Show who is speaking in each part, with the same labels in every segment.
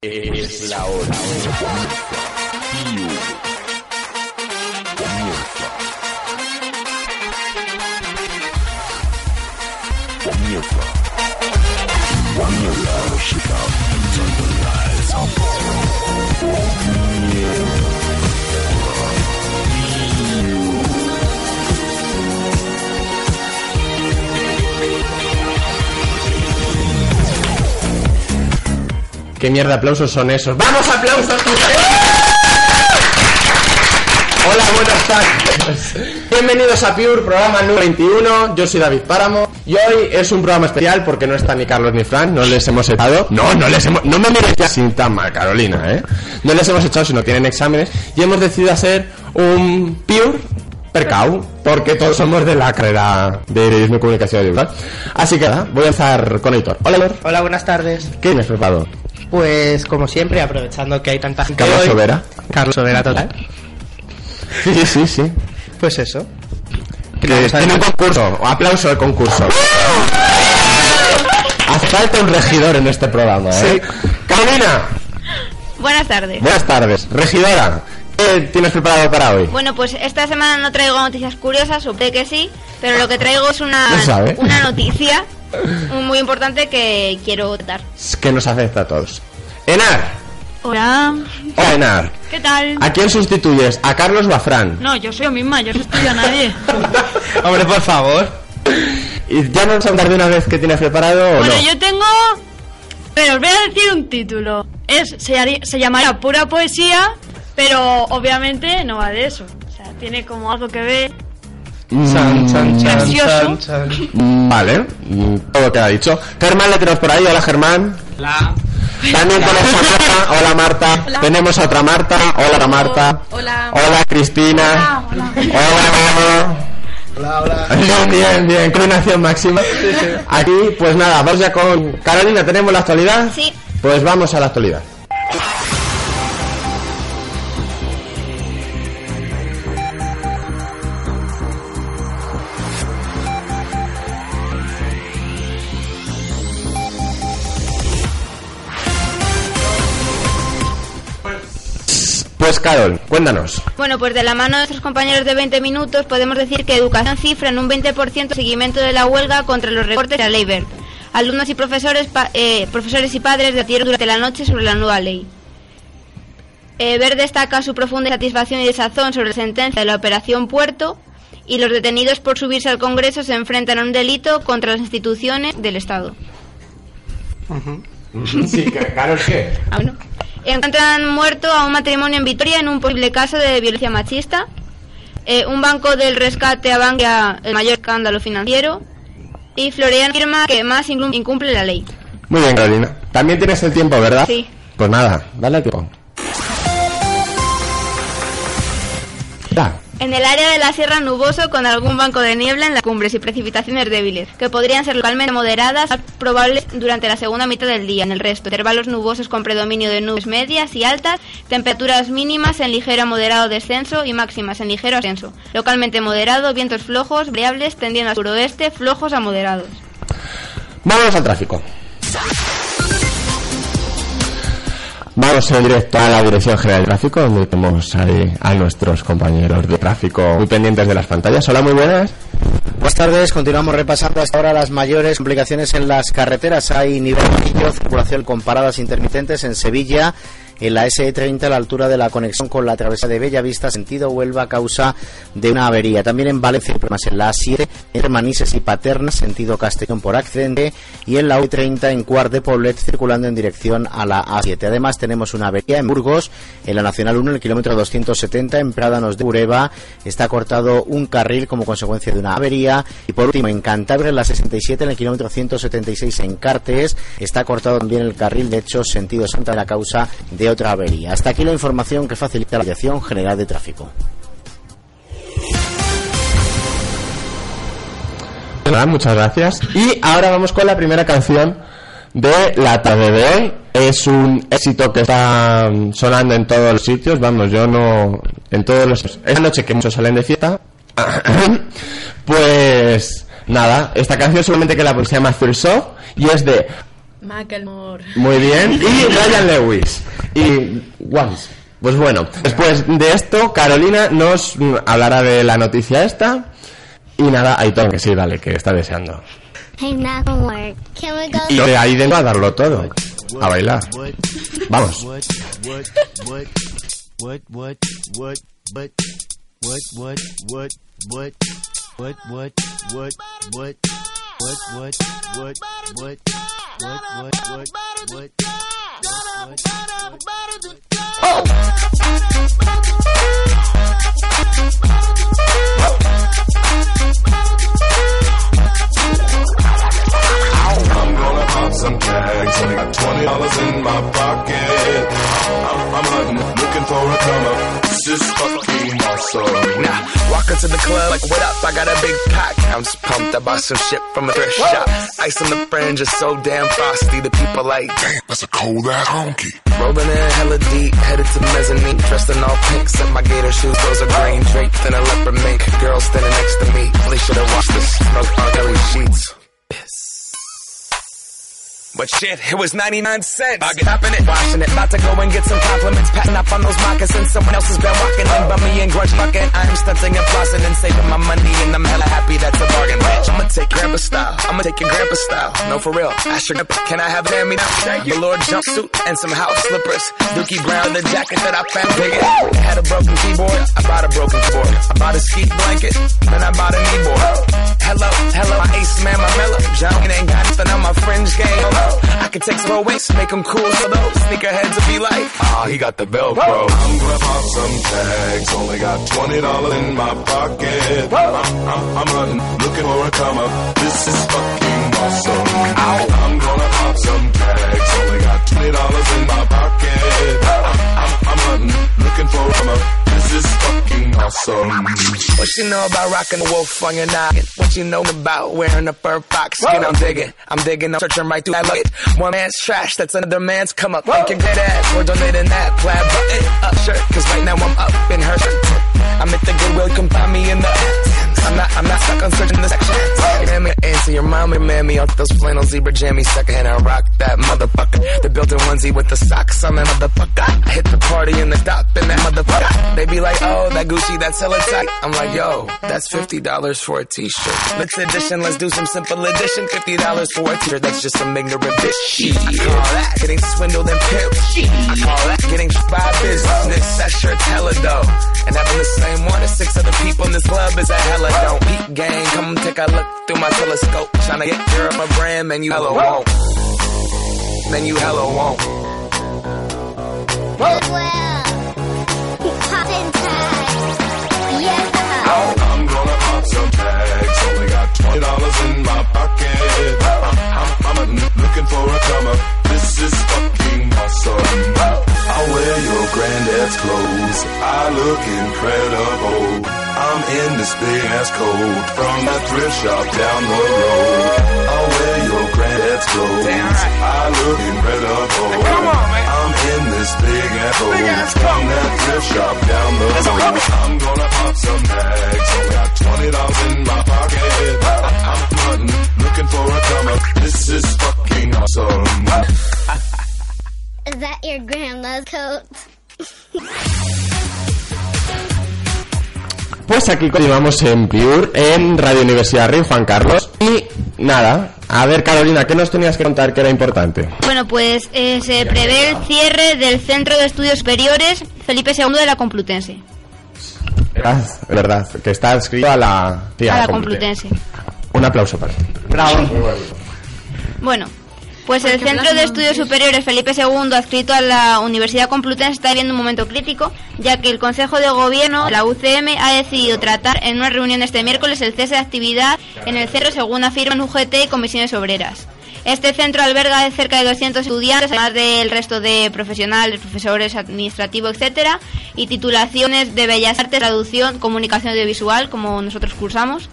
Speaker 1: Es la hora.
Speaker 2: ¿Qué mierda de aplausos son esos? ¡Vamos, aplausos! Hola, buenas tardes. Bienvenidos a Pure, programa número 21. Yo soy David Páramo. Y hoy es un programa especial porque no está ni Carlos ni Fran, no les hemos echado. No, no les hemos. No me mires ya sin tan mal, Carolina, ¿eh? No les hemos echado si no tienen exámenes. Y hemos decidido hacer un Pure Percau, porque todos somos de la carrera de Periodismo y Comunicación Audiovisual. Así que nada, voy a empezar con Editor. Hola, Lor.
Speaker 3: Hola, buenas tardes.
Speaker 2: ¿Qué tienes preparado?
Speaker 3: Pues como siempre, aprovechando que hay tanta gente
Speaker 2: Carlos
Speaker 3: hoy-
Speaker 2: Sobera.
Speaker 3: Carlos Sobera total.
Speaker 2: Sí, sí, sí.
Speaker 3: Pues eso.
Speaker 2: Que tiene un concurso, aplauso al concurso. Hace falta un regidor en este programa, ¿eh? Carolina,
Speaker 4: Buenas tardes.
Speaker 2: buenas tardes. Regidora, ¿qué tienes preparado para hoy?
Speaker 4: Bueno, pues esta semana no traigo noticias curiosas, supe que sí, pero lo que traigo es una,
Speaker 2: Ya sabe.
Speaker 4: una noticia muy importante que quiero dar.
Speaker 2: Es Que nos afecta a todos. Enar,
Speaker 5: Hola,
Speaker 2: hola Enar.
Speaker 5: ¿qué tal?
Speaker 2: ¿A quién sustituyes? A Carlos Bafrán.
Speaker 5: No, yo soy yo misma, yo no estudio a nadie.
Speaker 3: Hombre, por favor.
Speaker 2: ¿Y ya nos hablar de una vez que tienes preparado o
Speaker 5: Bueno,
Speaker 2: Oh, no?
Speaker 5: yo tengo... Pero os voy a decir un título. Es, se, haría- se llamaría Pura Poesía, pero obviamente no va de eso. O sea, tiene como algo que ver.
Speaker 2: Mm,
Speaker 5: Gracioso.
Speaker 2: mm, Vale, mm, todo queda dicho. Germán la tenemos por ahí, hola Germán.
Speaker 3: La.
Speaker 2: También tenemos a Marta. Hola Marta. Tenemos a otra Marta. Hola otra Marta. Hola. Cristina. Hola.
Speaker 3: Hola, hola.
Speaker 2: Bien, bien, bien. Coordinación máxima. Aquí, pues nada, vamos ya con Carolina. ¿Tenemos la actualidad?
Speaker 4: Sí.
Speaker 2: Pues vamos a la actualidad. Pues Carol, cuéntanos.
Speaker 4: Bueno, pues de la mano de nuestros compañeros de 20 minutos podemos decir que Educación cifra en un 20% el seguimiento de la huelga contra los recortes de la ley Wert. Alumnos y profesores, pa- eh, profesores y padres debatieron durante la noche sobre la nueva ley. Eh, Ver destaca su profunda insatisfacción y desazón sobre la sentencia de la Operación Puerto y los detenidos por subirse al Congreso se enfrentan a un delito contra las instituciones del Estado.
Speaker 2: Sí, Carol, ¿qué?
Speaker 4: Aún no. Encuentran muerto a un matrimonio en Vitoria en un posible caso de violencia machista. Eh, un banco del rescate a Bankia, el mayor escándalo financiero. Y Florian afirma que más inclu- incumple la ley.
Speaker 2: Muy bien, Carolina. También tienes el tiempo, ¿verdad?
Speaker 4: Sí.
Speaker 2: Pues nada, dale al tiempo. Da.
Speaker 4: En el área de la Sierra Nuboso, con algún banco de niebla en las cumbres y precipitaciones débiles, que podrían ser localmente moderadas, más probables durante la segunda mitad del día. En el resto, intervalos nubosos con predominio de nubes medias y altas, temperaturas mínimas en ligero a moderado descenso y máximas en ligero ascenso. Localmente moderado, vientos flojos, variables tendiendo al suroeste, flojos a moderados.
Speaker 2: Vámonos al tráfico. Vamos en directo a la Dirección General de Tráfico, donde tenemos ahí a nuestros compañeros de tráfico muy pendientes de las pantallas. Hola, muy buenas.
Speaker 3: Buenas tardes, continuamos repasando hasta ahora las mayores complicaciones en las carreteras. Hay nivel amarillo, circulación con paradas intermitentes en Sevilla en la SE30 a la altura de la conexión con la travesía de Bellavista, sentido Huelva, a causa de una avería. También en Valencia hay problemas en la A7, entre Manises y Paterna, sentido Castellón por accidente, y en la U30 en Cuart de Poblet, circulando en dirección a la A7. Además tenemos una avería en Burgos, en la Nacional 1, en el kilómetro 270, en Prádanos de Ureva, está cortado un carril como consecuencia de una avería, y por último en Cantabria, en la 67, en el kilómetro 176 en Cartes, está cortado también el carril, de hecho, sentido Santa de la causa de otra avería. Hasta aquí la información que facilita la Dirección General de Tráfico.
Speaker 2: Nada, muchas gracias. Y ahora vamos con la primera canción de la tarde de hoy. Es un éxito que está mm, sonando en todos los sitios. Vamos, yo no. En todos los. Esta noche que muchos salen de fiesta. pues. Nada, esta canción solamente que la se llama Thrill Soft y es de.
Speaker 5: Macklemore.
Speaker 2: Muy bien. Y Ryan Lewis. Y Once. Pues bueno, después de esto, Carolina nos mm, hablará de la noticia esta. Y nada, Aitor, que sí, dale, que está deseando.
Speaker 6: Hey, Macklemore, can we go?
Speaker 2: Y de ahí dentro a darlo todo. A bailar. Vamos.
Speaker 7: I'm gonna pop some tags. Only got twenty dollars in my pocket. I'm, I'm hunting, looking for a come up. It's just fucking awesome.
Speaker 8: Nah, walk into the club like, what up? I got a big pack. I'm just pumped. I bought some shit from a thrift shop. Ice on the fringe is so damn frosty. The people like, damn,
Speaker 7: That's a cold ass honky.
Speaker 8: rolling in hella deep, headed to mezzanine. Dressed in all pink, set my gator shoes, those are green. Draped in a leopard mink. Girl standing next to me. Really should've washed this. No Bartelli sheets. But shit, it was 99 cents. I get popping it, washing it. About to go and get some compliments. Patting up on those moccasins. Someone else has been walking in by me and grudge fucking. I'm stunting and flossing and saving my money. And I'm hella happy that's a bargain. Bitch, I'ma take grandpa style. I'ma take your grandpa style. No, for real. Ask your grandpa, can I have a hand me down? Thank you. Lord jumpsuit and some house slippers. Dookie Brown, the jacket that I found. Dig it. Had a broken keyboard. I bought a broken keyboard. I bought a ski blanket. Then I bought a kneeboard. Hello, hello. My ace man, my mellow. John ain't got nothing on my fringe game. I can take some away, make them cool so those sneakerheads will be like,
Speaker 7: Ah, he got the Velcro. I'm gonna pop some tags. Only got twenty dollars in my pocket. I'm, I'm, I'm hunting, looking for a come up. This is fucking awesome. Ow. I'm gonna pop some tags. Only got twenty dollars in my pocket. I'm, I'm, I'm hunting, looking for a come up. This is fucking awesome.
Speaker 8: What you know about rocking the wolf on your noggin? What you know about wearing a fur fox skin? I'm digging, I'm digging, I'm searching right through that look. One man's trash, that's another man's come up. Thank your good ass for donating that plaid button up shirt, cause right now I'm up in her shirt. I'm at the Goodwill, come find me in the. I'm not, I'm not stuck on searching the section. Mammy, answer your mom and mammy off those flannel zebra jammies. Second hand, I rock that motherfucker. The built-in onesie with the socks on that motherfucker. I hit the party in the top in that motherfucker. They be like, oh, that Gucci, that's hella tight. I'm like, yo, that's $50 for a t-shirt. Let's edition, let's do some simple addition. $50 for a t-shirt, that's just some ignorant bitch. Shit. I call that getting swindled and pimped. Shit. I call that getting by business. That shirt's hella dope. And having the same one as six other people in this club is a hella don't. Peep gang, come take a look through my telescope. Tryna get Europe my brand, man, you hella won't. Man, you hella won't.
Speaker 6: Well, poppin' tags. Yeah.
Speaker 7: I'm gonna pop some tags. Only got twenty dollars in my pocket. I'm, I'm, I'm a- looking for a come up. This is fucking awesome. I wear your granddad's clothes. I look incredible. I'm in this big ass coat from the thrift shop down the road. I wear your granddad's clothes.
Speaker 8: Damn right.
Speaker 7: I look incredible.
Speaker 8: Come on, man.
Speaker 7: I'm in this big ass coat
Speaker 8: ass
Speaker 7: from
Speaker 8: coat.
Speaker 7: that thrift shop down the
Speaker 8: Let's
Speaker 7: road.
Speaker 8: go.
Speaker 7: I'm gonna pop some tags. Only got twenty dollars in my pocket. I- I'm hunting, looking for a come up. This is fucking awesome.
Speaker 6: Is that your grandma's coat?
Speaker 2: Pues aquí continuamos en Priur, en Radio Universidad Rey Juan Carlos. Y nada, A ver, Carolina, ¿qué nos tenías que contar que era importante?
Speaker 4: Bueno, pues eh, se prevé el cierre del Centro de Estudios Superiores Felipe II de la Complutense.
Speaker 2: ¿Verdad? ¿Verdad? Que está escrito a la... sí,
Speaker 4: a la Complutense.
Speaker 2: Un aplauso para ti.
Speaker 4: Bueno, pues el Centro de Estudios Superiores Felipe II, adscrito a la Universidad Complutense, está viviendo un momento crítico, ya que el Consejo de Gobierno, la UCM, ha decidido tratar en una reunión este miércoles el cese de actividad en el centro, según afirman UGT y comisiones obreras. Este centro alberga de cerca de 200 estudiantes, además del resto de profesionales, profesores, administrativos, etcétera, y titulaciones de Bellas Artes, Traducción, Comunicación Audiovisual, como nosotros cursamos.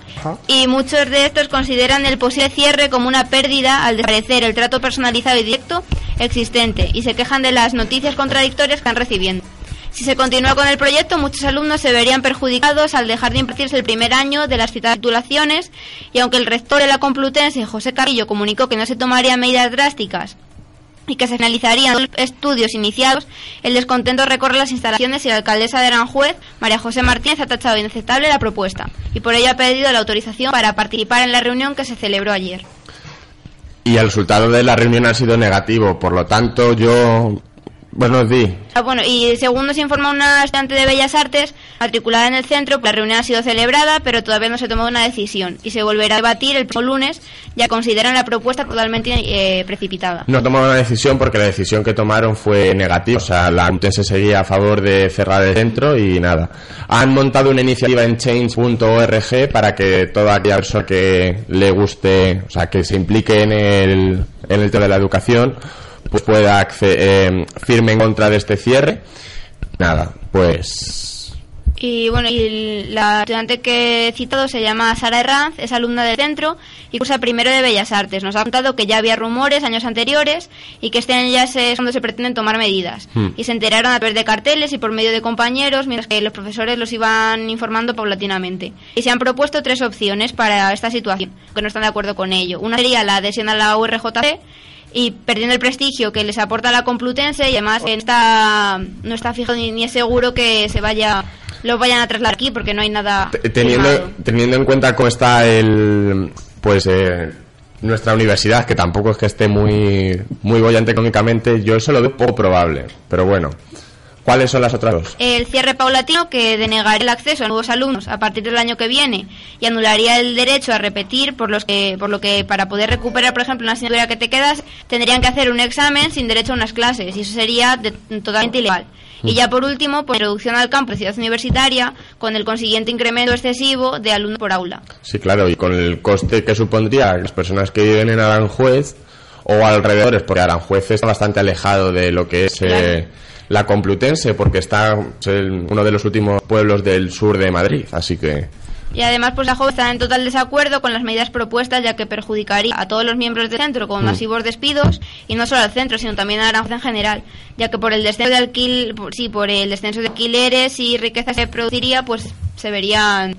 Speaker 4: Y muchos de estos consideran el posible cierre como una pérdida al desaparecer el trato personalizado y directo existente y se quejan de las noticias contradictorias que han recibiendo. Si se continúa con el proyecto, muchos alumnos se verían perjudicados al dejar de impartirse el primer año de las citadas titulaciones y aunque el rector de la Complutense, José Carrillo, comunicó que no se tomarían medidas drásticas y que se finalizarían los estudios iniciados, el descontento recorre las instalaciones y la alcaldesa de Aranjuez, María José Martínez, ha tachado de inaceptable la propuesta y por ello ha pedido la autorización para participar en la reunión que se celebró ayer.
Speaker 2: Y el resultado de la reunión ha sido negativo, por lo tanto yo... Buenos días.
Speaker 4: Ah, bueno, y según nos informa una estudiante de Bellas Artes, matriculada en el centro, la reunión ha sido celebrada, pero todavía no se ha tomado una decisión y se volverá a debatir el próximo lunes, ya consideran la propuesta totalmente eh, precipitada.
Speaker 2: No tomaron una decisión porque la decisión que tomaron fue negativa. O sea, la UTS seguía a favor de cerrar el centro y nada. Han montado una iniciativa en change.org para que toda aquella persona que le guste, o sea, que se implique en el, en el tema de la educación, pues pueda acce- eh, firme en contra de este cierre. Nada, pues
Speaker 4: Y bueno, y la estudiante que he citado se llama Sara Herranz, es alumna del centro y cursa primero de Bellas Artes. Nos ha contado que ya había rumores años anteriores y que este año ya se- es cuando se pretenden tomar medidas.
Speaker 9: Hmm.
Speaker 4: Y se enteraron a través de carteles y por medio de compañeros, mientras que los profesores los iban informando paulatinamente. Y se han propuesto tres opciones para esta situación, que no están de acuerdo con ello. Una sería la adhesión a la URJC, y perdiendo el prestigio que les aporta la Complutense y además en esta- no está fijo ni, ni es seguro que se vaya lo vayan a trasladar aquí porque no hay nada
Speaker 2: Te- teniendo,
Speaker 4: firmado.
Speaker 2: teniendo en cuenta cómo está el pues eh, nuestra universidad que tampoco es que esté muy muy bollante económicamente yo eso lo veo poco probable pero bueno cuáles son las otras dos
Speaker 4: el cierre paulatino que denegaría el acceso a nuevos alumnos a partir del año que viene y anularía el derecho a repetir por los que por lo que para poder recuperar por ejemplo una asignatura que te quedas tendrían que hacer un examen sin derecho a unas clases y eso sería de- totalmente ilegal y ya por último pues reducción al campo de ciudad universitaria con el consiguiente incremento excesivo de alumnos por aula
Speaker 2: sí claro y con el coste que supondría a las personas que viven en Aranjuez o alrededores porque Aranjuez está bastante alejado de lo que es eh, la Complutense porque está es el- uno de los últimos pueblos del sur de Madrid así que
Speaker 4: Y además, pues la joven está en total desacuerdo con las medidas propuestas, ya que perjudicaría a todos los miembros del centro con
Speaker 2: Mm.
Speaker 4: masivos despidos, y no solo al centro, sino también a Aranjuez en general, ya que por el descenso de alquil, por- sí, por el descenso de alquileres y riqueza que se produciría, pues se verían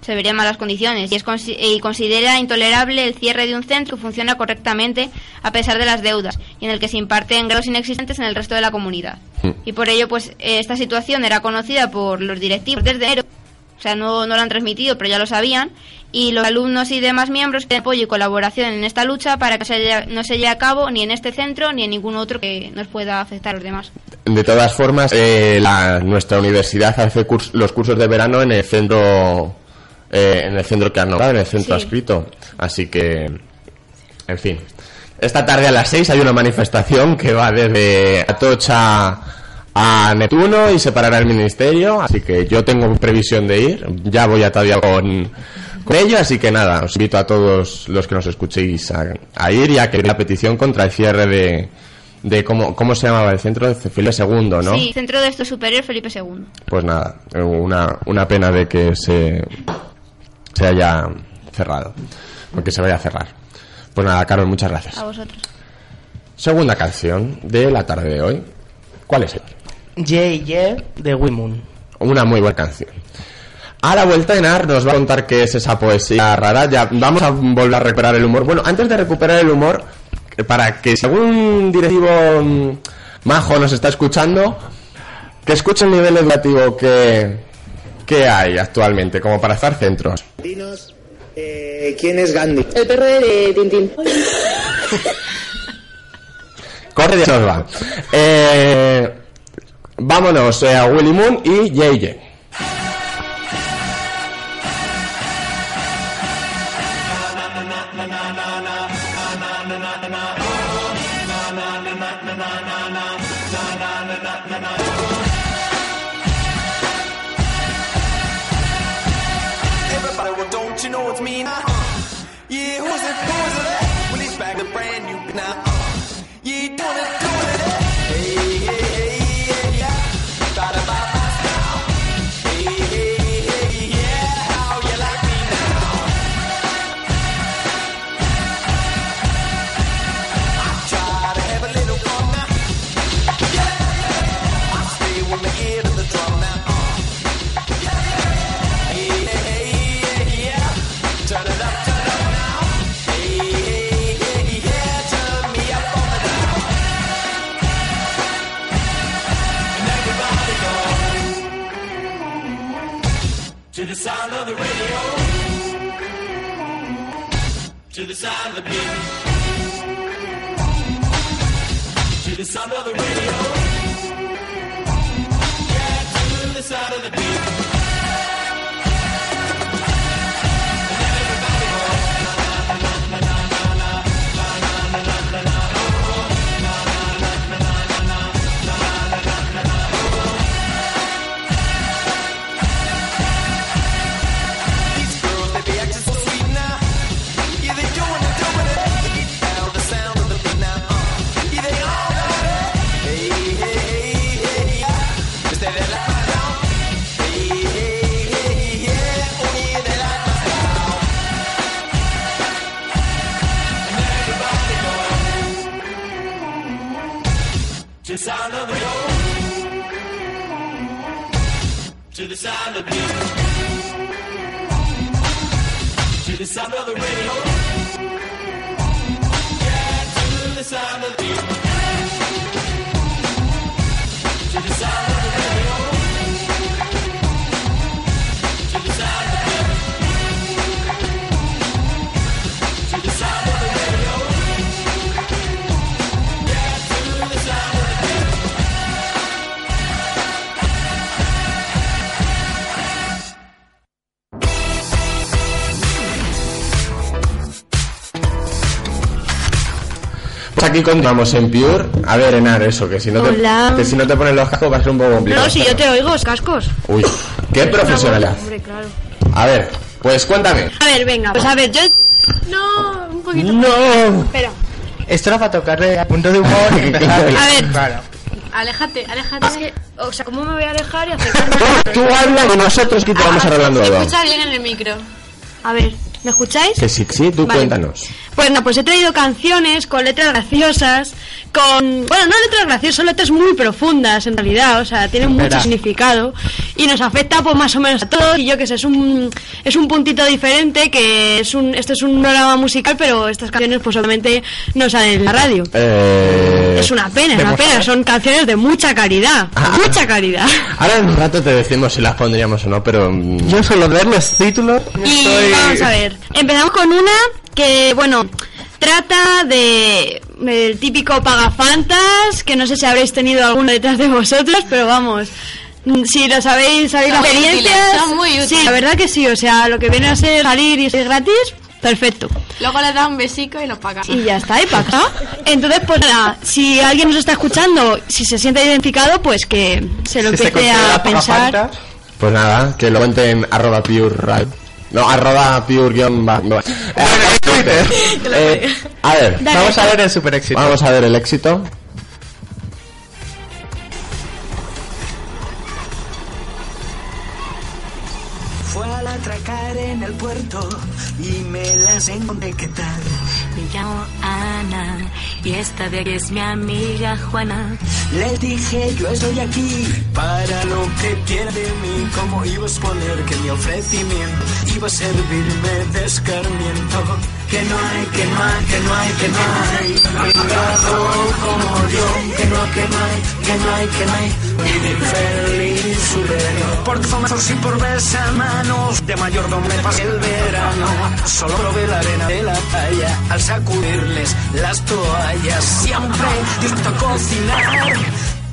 Speaker 4: se verían malas condiciones y, es consi- y considera intolerable el cierre de un centro que funciona correctamente a pesar de las deudas y en el que se imparten grados inexistentes en el resto de la comunidad. Y por ello, pues eh, esta situación era conocida por los directivos desde enero o sea, no, no lo han transmitido, pero ya lo sabían. Y los alumnos y demás miembros piden apoyo y colaboración en esta lucha para que se lleve- no se lleve a cabo ni en este centro ni en ningún otro que nos pueda afectar a los demás.
Speaker 2: De todas formas, eh, la- nuestra universidad hace curs- los cursos de verano en el centro, eh, en el centro que han nombrado, en el centro
Speaker 4: Sí.
Speaker 2: adscrito. Así que, en fin. Esta tarde a las 6 hay una manifestación que va desde Atocha a Neptuno y se parará el ministerio. Así que yo tengo previsión de ir. Ya voy ataviado con, con ello. Así que nada, os invito a todos los que nos escuchéis a, a ir y a que la petición contra el cierre de, de cómo, cómo se llamaba el centro de Felipe II, ¿no?
Speaker 4: Sí, Centro de Estudios Superior Felipe II.
Speaker 2: Pues nada, una, una pena de que se, se haya cerrado, o que se vaya a cerrar. Pues nada, Carol, muchas gracias.
Speaker 4: A vosotros.
Speaker 2: Segunda canción de la tarde de hoy. ¿Cuál es?
Speaker 10: Yeah, yeah, de Wimun.
Speaker 2: Una muy buena canción. A la vuelta Enar nos va a contar qué es esa poesía rara. Ya vamos a volver a recuperar el humor. Bueno, antes de recuperar el humor, eh, para que si algún directivo mm, majo nos está escuchando, que escuche el nivel educativo que, que hay actualmente, como para estar centros.
Speaker 11: eh, ¿Quién es Gandhi?
Speaker 12: El perro de Tintín.
Speaker 2: Corre de sorba. Eh, vámonos eh, a Willy Moon y JJ.
Speaker 13: Everybody, well, don't you know it's me now? Uh, yeah, who's it, who is it at? When he's back the brand new now. Uh, yeah, doing it, doing it. eh? Hey, hey, hey, yeah, yeah. Bada, bada, bada, now. Hey, hey, hey, yeah. How you like me now? I try to have a little fun now. Yeah, I stay with my ear to the drum now. To the sound of the radio. To the sound of the beat. To the sound of the radio. Yeah, to the sound of the beat. These girls, they be acting so sweet now. Yeah, they doing it, doing it. They get down to the sound of the beat now. Uh, yeah, they all doing it. Hey, hey, hey, hey, yeah. Just that they like my sound. Hey, hey, hey, yeah. Oh, yeah, they like my sound. And everybody go to the sound of the to the sound of the to the sound of the radio. Yeah, to the sound of the beat. To the sound of the radio. To the sound of the beat. To the sound of the radio. Yeah, to the sound of the beat.
Speaker 2: Pues aquí continuamos en Pure. A ver, Enar, eso, que si no te,
Speaker 5: Hola.
Speaker 2: que si no te pones los cascos va a ser un poco complicado.
Speaker 5: No, si yo te oigo, los cascos.
Speaker 2: Uy, qué profesionalidad.
Speaker 5: Hombre, claro.
Speaker 2: A ver, pues cuéntame.
Speaker 5: A ver, venga, pues a ver, yo... No, un poquito...
Speaker 10: No.
Speaker 5: Espera,
Speaker 10: Esto era para tocarle a punto de humor y empezar.
Speaker 5: A ver.
Speaker 10: Claro.
Speaker 5: aléjate,
Speaker 2: Ah.
Speaker 5: aléjate. O sea, ¿cómo me voy a alejar y acercarme?
Speaker 2: Tú habla de nosotros que te
Speaker 5: Ah,
Speaker 2: vamos arreglando algo.
Speaker 5: Escucha bien en el micro. A ver, ¿me escucháis?
Speaker 2: Que sí, sí, tú
Speaker 5: Vale.
Speaker 2: cuéntanos.
Speaker 5: Bueno, pues he traído canciones con letras graciosas, con... Bueno, no letras graciosas, son letras muy profundas en realidad, o sea, tienen mucho
Speaker 10: Espera.
Speaker 5: significado y nos afecta pues más o menos a todos y yo que sé, es un, es un puntito diferente que es un... Esto es un programa musical, pero estas canciones pues obviamente no salen en la radio.
Speaker 2: Eh,
Speaker 5: Es una pena, es una
Speaker 2: vemos-
Speaker 5: pena, son canciones de mucha calidad, mucha calidad.
Speaker 2: Ahora en un rato te decimos si las pondríamos o no, pero... mm, Yo
Speaker 10: solo ver los títulos
Speaker 5: Y vamos a ver. Empezamos con una que, bueno, trata de el típico pagafantas, que no sé si habréis tenido alguno detrás de vosotros, pero vamos. mm, Si lo sabéis, sabéis la
Speaker 12: Son
Speaker 5: experiencia.
Speaker 12: útiles, son muy útiles.
Speaker 5: Sí, la verdad que sí, o sea, lo que viene a ser salir y ser gratis, perfecto.
Speaker 12: Luego le da un besico y lo paga.
Speaker 5: Y ya está, ¿eh, Paca? Entonces, pues nada, si alguien nos está escuchando, si se siente identificado, pues que se lo
Speaker 10: Si se
Speaker 5: empiece
Speaker 10: considera
Speaker 5: a pensar.
Speaker 2: Pues nada, que lo cuenten arroba pure radio. No, arroba pure guión ba- no. Eh, eh, a ver,
Speaker 10: Dale. Vamos a ver el super éxito.
Speaker 2: Vamos a ver el éxito.
Speaker 14: Fue al atracar en el puerto y me las encontré qué tal.
Speaker 15: Me llamo Ana y esta de aquí es mi amiga Juana.
Speaker 14: Les dije yo estoy aquí para lo que quiera de mí. ¿Cómo iba a exponer que mi ofrecimiento iba a servirme de escarmiento?
Speaker 13: que no hay quien más, que no hay, que no hay. Un corazón como yo, que no, que no hay, que no hay, que no hay. Un infeliz superior. Por famosos y por besamanos, de mayordomo me pasé el verano. Solo probé la arena de la playa al sacudirles las toallas. Siempre dispuesto a cocinar.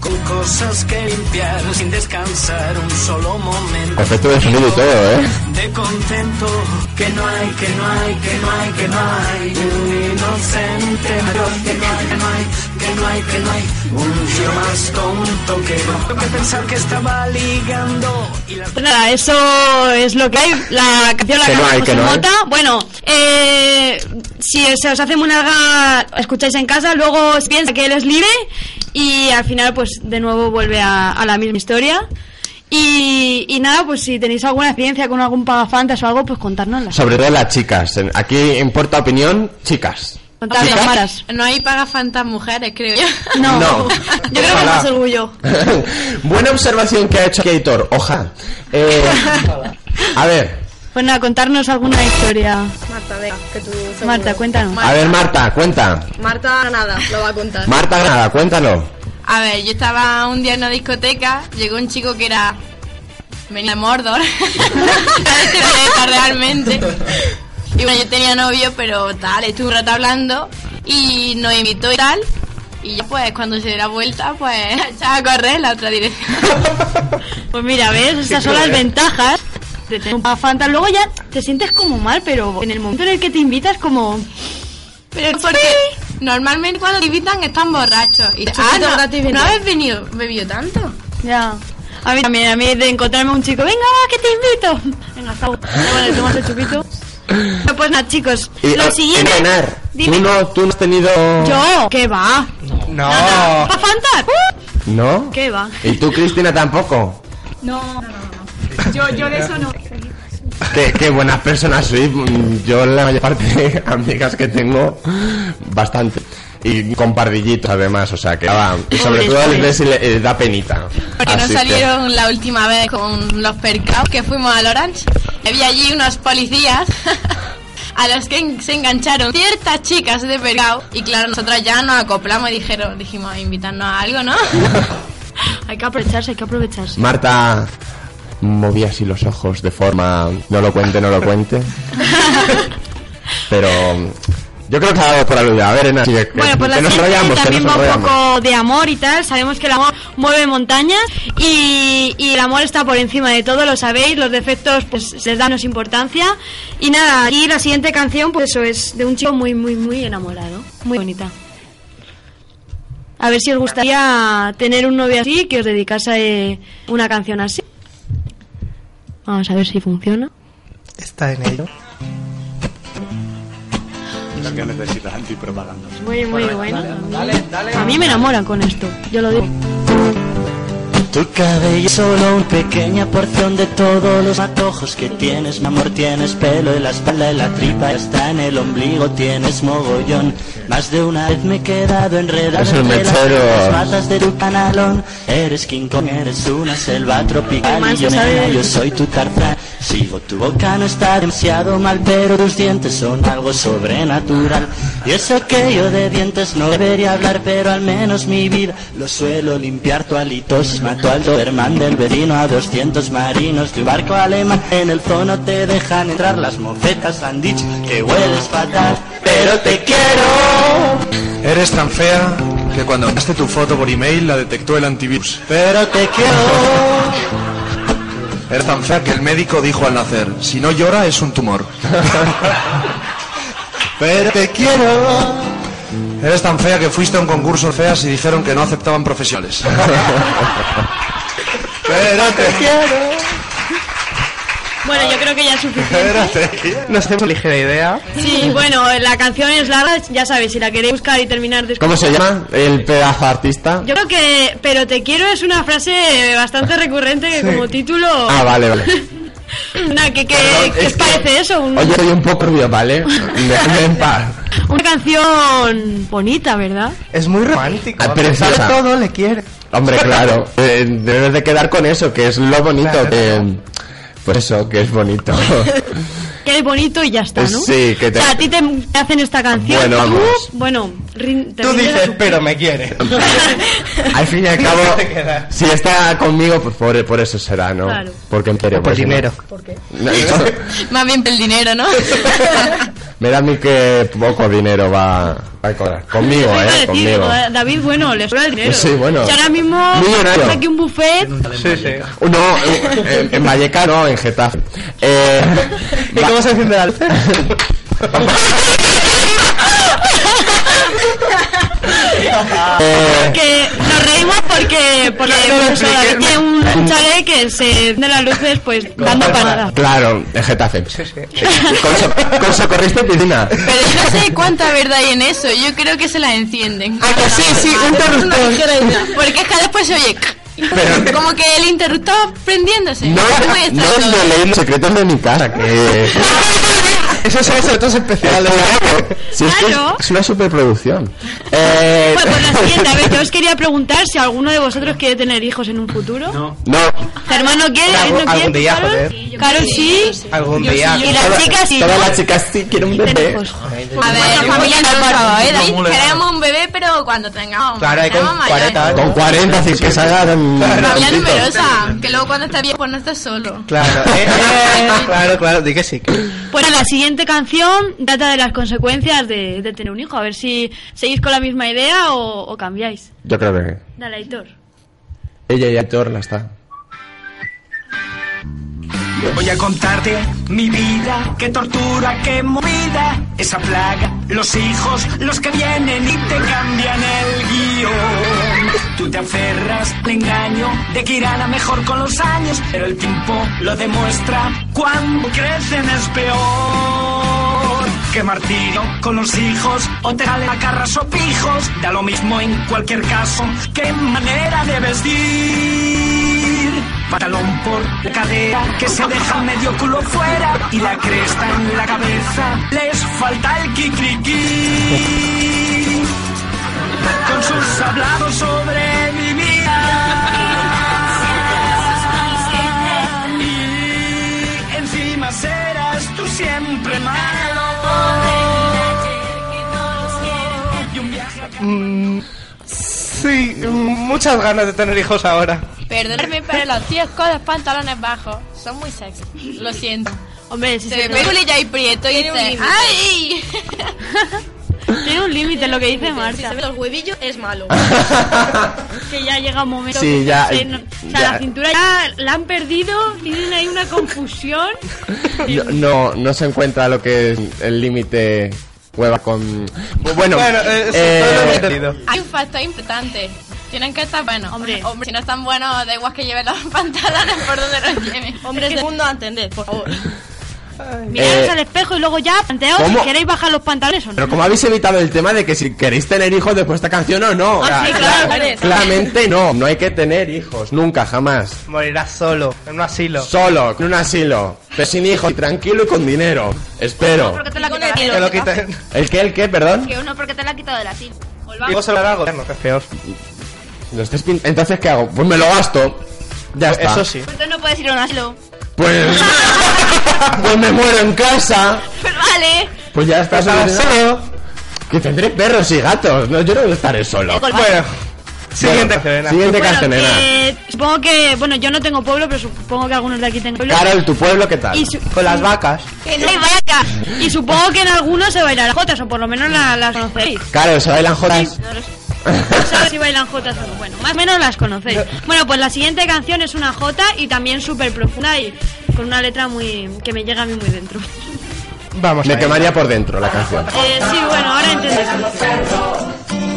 Speaker 13: Con cosas que limpiar sin descansar un solo momento.
Speaker 2: Efecto de sonido y todo, ¿eh?
Speaker 13: De contento que no hay, que no hay, que no hay, que no hay un inocente mayor que no hay, que no hay, que no hay, que no hay un tío más tonto que no. Tengo que pensar que estaba ligando y las
Speaker 5: Pues nada, eso es lo que hay. La canción la
Speaker 13: Que no hay,
Speaker 5: cantamos
Speaker 13: que
Speaker 5: en
Speaker 13: no hay.
Speaker 5: Mota. Bueno, eh, si se os hace muy larga, escucháis en casa, luego os piensa que él es libre y al final pues de nuevo vuelve a, a la misma historia. Y, y nada, pues si tenéis alguna experiencia con algún pagafantas o algo, pues contárnosla.
Speaker 2: Sobre todo las chicas. En- Aquí importa opinión, chicas.
Speaker 5: Contadnos
Speaker 12: Hombre,
Speaker 5: malas.
Speaker 12: No hay pagafantas mujeres, creo yo.
Speaker 2: No. No.
Speaker 12: yo creo que
Speaker 2: Ojalá.
Speaker 12: más orgullo.
Speaker 2: Buena observación que ha hecho aquí Aitor. Ojalá. Eh, a ver,
Speaker 5: Pues nada, contarnos alguna historia.
Speaker 9: Marta, venga, que tú...
Speaker 5: Marta, cuéntanos.
Speaker 2: a ver, Marta, cuenta.
Speaker 9: Marta, nada, lo va a contar.
Speaker 2: Marta Granada, cuéntalo.
Speaker 12: A ver, yo estaba un día en una discoteca, llegó un chico que era. venía de Mordor. Parece Vegeta, realmente. Y bueno, yo tenía novio, pero tal, estuve un rato hablando y nos invitó y tal. Y yo, pues, cuando se dio la vuelta, pues, echaba a correr en la otra dirección.
Speaker 5: Pues mira, ves, esas son las ventajas de tener un pagafantas. Luego ya te sientes como mal, pero en el momento en el que te invitas, como.
Speaker 12: Pero es porque normalmente cuando te invitan están borrachos. Y
Speaker 5: Chiquito,
Speaker 12: ah, no,
Speaker 5: ahora te
Speaker 12: no
Speaker 5: invitan.
Speaker 12: habéis venido, bebido tanto.
Speaker 5: Ya. A mí también, a mí de encontrarme un chico, venga, va, que te invito. Venga, hasta luego. Bueno, le tomas el chupito. Bueno, pues nada, chicos.
Speaker 2: Y,
Speaker 5: lo
Speaker 2: ah,
Speaker 5: siguiente.
Speaker 2: y ganar.
Speaker 5: Dime.
Speaker 2: Tú no, tú no has tenido.
Speaker 5: Yo, ¿qué va?
Speaker 2: No.
Speaker 5: ¿Pagafantas? ¡Uh!
Speaker 2: ¿No?
Speaker 5: ¿Qué va?
Speaker 2: ¿Y tú, Cristina, tampoco?
Speaker 9: No, no, no. Yo, yo de eso no.
Speaker 2: Qué, qué buenas personas soy. Mm, Yo la mayor parte de amigas que tengo, bastante. Y con pardillitos además, o sea que ah, y sobre
Speaker 12: Pobres,
Speaker 2: todo les,
Speaker 12: pobres.
Speaker 2: ves y le- eh, da penita.
Speaker 12: Porque
Speaker 2: Así
Speaker 12: no
Speaker 2: que-
Speaker 12: salieron la última vez con los percaos que fuimos al Orange. Había allí unos policías a los que en- se engancharon ciertas chicas de percao. Y claro, nosotras ya nos acoplamos y dijeron, dijimos, invitarnos a algo, ¿no?
Speaker 5: Hay que aprovecharse, hay que aprovecharse.
Speaker 2: Marta movía así los ojos de forma no lo cuente, no lo cuente. Pero yo creo que ha dado por aludida. A ver, Ena, sigue, que,
Speaker 5: Bueno, pues
Speaker 2: que
Speaker 5: la
Speaker 2: nos
Speaker 5: gente
Speaker 2: enrollamos, que
Speaker 5: también
Speaker 2: nos
Speaker 5: va un
Speaker 2: enrollamos.
Speaker 5: poco de amor y tal. Sabemos que el amor mueve montañas y, y el amor está por encima de todo, lo sabéis. Los defectos pues les dan menos importancia. Y nada, y la siguiente canción pues eso es de un chico muy, muy, muy enamorado. Muy bonita. A ver si os gustaría tener un novio así que os dedicase eh, una canción así. Vamos a ver si funciona.
Speaker 10: Está en ello.
Speaker 14: Lo que necesitas antipropaganda.
Speaker 5: Muy, muy bueno.
Speaker 10: dale, dale.
Speaker 5: A mí me enamoran con esto, yo lo digo.
Speaker 14: Tu cabello es solo una pequeña porción de todos los matojos que tienes, mi amor, tienes pelo en la espalda, en la tripa, está en el ombligo, tienes mogollón. Más de una vez me he quedado enredado
Speaker 2: Es el
Speaker 14: entre las
Speaker 2: mechero.
Speaker 14: largas patas de tu canalón. Eres King Kong, eres una selva tropical y
Speaker 16: Además,
Speaker 14: yo,
Speaker 16: lo
Speaker 14: nena,
Speaker 16: sabe.
Speaker 14: yo soy tu tarzán. Sigo tu boca, no está demasiado mal, pero tus dientes son algo sobrenatural. Y eso que yo de dientes no debería hablar, pero al menos mi vida lo suelo limpiar. Tu halitosis mató al Doberman del vecino a 200 marinos de un barco alemán. En el zono te dejan entrar, las mofetas han dicho que hueles fatal, pero te quiero.
Speaker 17: Eres tan fea que cuando mandaste tu foto por email la detectó el antivirus.
Speaker 14: Pero te quiero.
Speaker 17: Eres tan fea que el médico dijo al nacer, si no llora es un tumor. Pero te quiero. Eres tan fea que fuiste a un concurso de feas y dijeron que no aceptaban profesionales. Pero te quiero.
Speaker 5: Bueno, yo creo que ya es suficiente.
Speaker 17: Pero te quiero.
Speaker 10: Nos hacemos ligera idea.
Speaker 5: Sí, bueno, la canción es larga, ya sabéis, si la queréis buscar y terminar de
Speaker 2: ¿Cómo se
Speaker 5: escuchar.
Speaker 2: llama el pedazo artista?
Speaker 5: Yo creo que pero te quiero es una frase bastante recurrente que
Speaker 2: Sí.
Speaker 5: como título...
Speaker 2: Ah, vale, vale.
Speaker 5: Nah, ¿qué, qué- qué os parece eso? Un-
Speaker 2: Oye, soy un poco río, ¿vale? Déjame en paz.
Speaker 5: Una canción bonita, ¿verdad?
Speaker 10: Es muy romántico.
Speaker 2: Ah, pero
Speaker 10: a pesar de
Speaker 2: esa-
Speaker 10: todo le quiere.
Speaker 2: Hombre, claro. eh, debes de quedar con eso, que es lo bonito.
Speaker 10: Claro.
Speaker 2: que- pues eso, que es bonito.
Speaker 5: que es bonito y ya está, ¿no?
Speaker 2: Sí, que te-
Speaker 5: O sea, a ti te te hacen esta canción.
Speaker 2: Bueno,
Speaker 5: y tú,
Speaker 2: vamos.
Speaker 5: bueno, rin- te
Speaker 10: Tú
Speaker 5: rindes a
Speaker 10: dices,
Speaker 5: su-
Speaker 10: pero me quiere.
Speaker 2: Al fin y al cabo,
Speaker 10: te quedas.
Speaker 2: si está conmigo, pues por, por eso será, ¿no?
Speaker 12: Claro.
Speaker 2: Porque me quiere,
Speaker 10: O por
Speaker 2: si no-
Speaker 10: dinero.
Speaker 2: No, eso-
Speaker 12: Más bien por el dinero, ¿no?
Speaker 2: me da a mí que poco dinero va, va a cobrar. Conmigo,
Speaker 5: Iba a
Speaker 2: ¿eh?
Speaker 5: decir,
Speaker 2: Conmigo.
Speaker 5: como, David, bueno, le sobra el dinero.
Speaker 2: Sí, bueno.
Speaker 5: Si ahora mismo
Speaker 2: Millonario.
Speaker 5: aquí un buffet.
Speaker 2: Sí, sí. Uh, No, en, en Valleca no, en Getafe. Eh,
Speaker 10: ¿Y cómo se enciende la luz?
Speaker 5: Porque nos reímos porque, porque pues, David tiene un chalet que se de las luces pues dando parada.
Speaker 2: claro, en Getafe. Con, so- con socorrista en piscina.
Speaker 12: Pero yo no sé cuánta verdad hay en eso. Yo creo que se la encienden. Ah,
Speaker 2: que sí, sí, un interruptor.
Speaker 12: Porque es que después se oye... Como que el interruptor va prendiéndose.
Speaker 2: No,
Speaker 12: Muy extraño.
Speaker 2: no os leéis los secretos de mi casa, que... Eso son secretos especiales. Si es, que es-
Speaker 5: Claro.
Speaker 2: es una superproducción. Eh,
Speaker 5: Pues por la siguiente, a ver, yo os quería preguntar si alguno de vosotros quiere tener hijos en un futuro. No.
Speaker 2: no,
Speaker 5: Germán no quiere, David
Speaker 10: Algún-
Speaker 5: no
Speaker 10: algún
Speaker 5: quiere,
Speaker 10: día,
Speaker 5: Carol,
Speaker 10: joder.
Speaker 5: Carol sí.
Speaker 10: Algún
Speaker 5: Yo
Speaker 10: día.
Speaker 5: sí, yo Y las sí. chicas sí,
Speaker 2: Todas
Speaker 5: ¿no?
Speaker 2: las chicas sí quieren un bebé.
Speaker 12: A ver, familia no, por favor, ¿eh? David,
Speaker 2: Muy legal.
Speaker 12: queremos un bebé, pero cuando tengamos...
Speaker 2: Claro, hay
Speaker 12: con Estamos mayores. 40
Speaker 2: Con 40, así que salga tan-
Speaker 12: Familia
Speaker 2: tantito.
Speaker 12: numerosa, que luego cuando está bien pues no estás solo.
Speaker 10: Claro, eh, claro, claro, di que sí.
Speaker 5: Pues la siguiente canción trata de las consecuencias de, de tener un hijo. A ver si seguís con la misma idea o, o cambiáis.
Speaker 2: Yo creo que
Speaker 5: Dale, Aitor.
Speaker 2: ella ya torna está.
Speaker 13: Voy a contarte mi vida, qué tortura, qué movida, esa plaga, los hijos, los que vienen y te cambian el guión. Tú te aferras al engaño de que irán a mejor con los años, pero el tiempo lo demuestra, cuando crecen es peor. Que martirio con los hijos o te jalen a carras o pijos, da lo mismo en cualquier caso, qué manera de vestir. Pantalón por la cadera que se deja medio culo fuera y la cresta en la cabeza les falta el kikiriki. Con sus hablados sobre mi vida. Y encima serás tú siempre malo. Y un viaje a
Speaker 10: Mm, sí, mm, muchas ganas de tener hijos ahora.
Speaker 12: Perdonadme, pero los tíos con los pantalones bajos son muy sexy. Lo siento.
Speaker 5: Hombre,
Speaker 12: si
Speaker 5: se
Speaker 12: se
Speaker 5: te-
Speaker 12: ve Julia y Prieto y
Speaker 5: Tiene un
Speaker 12: dices,
Speaker 5: límite.
Speaker 12: ¡ay!
Speaker 5: Tiene un límite lo que dice Marta.
Speaker 9: Si se ve los huevillos es malo.
Speaker 5: que ya llega un momento
Speaker 2: Sí,
Speaker 5: que
Speaker 2: ya- eh,
Speaker 5: se- no- o sea,
Speaker 2: ya.
Speaker 5: la cintura ya la han perdido, tienen ahí una confusión.
Speaker 2: No, no, no se encuentra lo que es el límite hueva con. Pues Bueno,
Speaker 10: Bueno, eh, sí,
Speaker 2: eh,
Speaker 10: todo lo
Speaker 12: Hay un factor importante. Tienen que estar buenos. Hombre, si no están buenos, da igual que lleven los pantalones por donde los lleven.
Speaker 9: Hombres del mundo, entended, por favor.
Speaker 5: Miraros
Speaker 2: Eh,
Speaker 5: al espejo y luego ya planteaos
Speaker 2: ¿cómo?
Speaker 5: si queréis bajar los pantalones o no.
Speaker 2: pero como habéis evitado el tema de que si queréis tener hijos después de esta canción o no.
Speaker 5: Ah, sí, claro,
Speaker 2: Cla-
Speaker 5: claro.
Speaker 2: Claramente no, no hay que tener hijos, nunca, jamás.
Speaker 10: Morirás solo, en un asilo.
Speaker 2: Solo, en un asilo, pero sin hijos, y tranquilo y con dinero. Espero.
Speaker 4: Porque te la quitado
Speaker 10: Que lo quiten.
Speaker 2: ¿El qué, el qué, perdón?
Speaker 4: Que uno porque te la ha quitado de la silla.
Speaker 10: Y vos se lo hará al gobierno, que es peor.
Speaker 2: Lo estés pin- Entonces, ¿qué hago? Pues me lo gasto. Ya está.
Speaker 10: Pues Eso sí.
Speaker 4: Entonces no puedes ir a un asilo.
Speaker 2: Pues, pues me muero en casa.
Speaker 4: vale.
Speaker 2: Pues ya está
Speaker 10: Estarás
Speaker 2: solucionado. Que tendré perros y gatos. No, yo no estaré solo.
Speaker 10: Pues
Speaker 5: Bueno,
Speaker 10: Siguiente cancionera.
Speaker 2: Siguiente
Speaker 5: Bueno,
Speaker 2: cancionera.
Speaker 10: eh,
Speaker 5: que supongo que, bueno, yo no tengo pueblo, pero supongo que algunos de aquí tienen pueblo.
Speaker 2: Carol, ¿tu pueblo qué tal?
Speaker 5: Y su-
Speaker 10: Con las vacas.
Speaker 5: ¡Que no hay vaca! Y supongo que en algunos se bailarán jotas, o por lo menos la- las conocéis.
Speaker 2: Carol, ¿se bailan jotas?
Speaker 5: No sabes si bailan jotas o no. Bueno, más o menos las conocéis. Bueno, pues la siguiente canción es una jota y también súper profunda y con una letra muy que me llega a mí muy dentro.
Speaker 10: Vamos
Speaker 2: Me quemaría por dentro la canción.
Speaker 5: Eh, sí, bueno, ahora entendéis.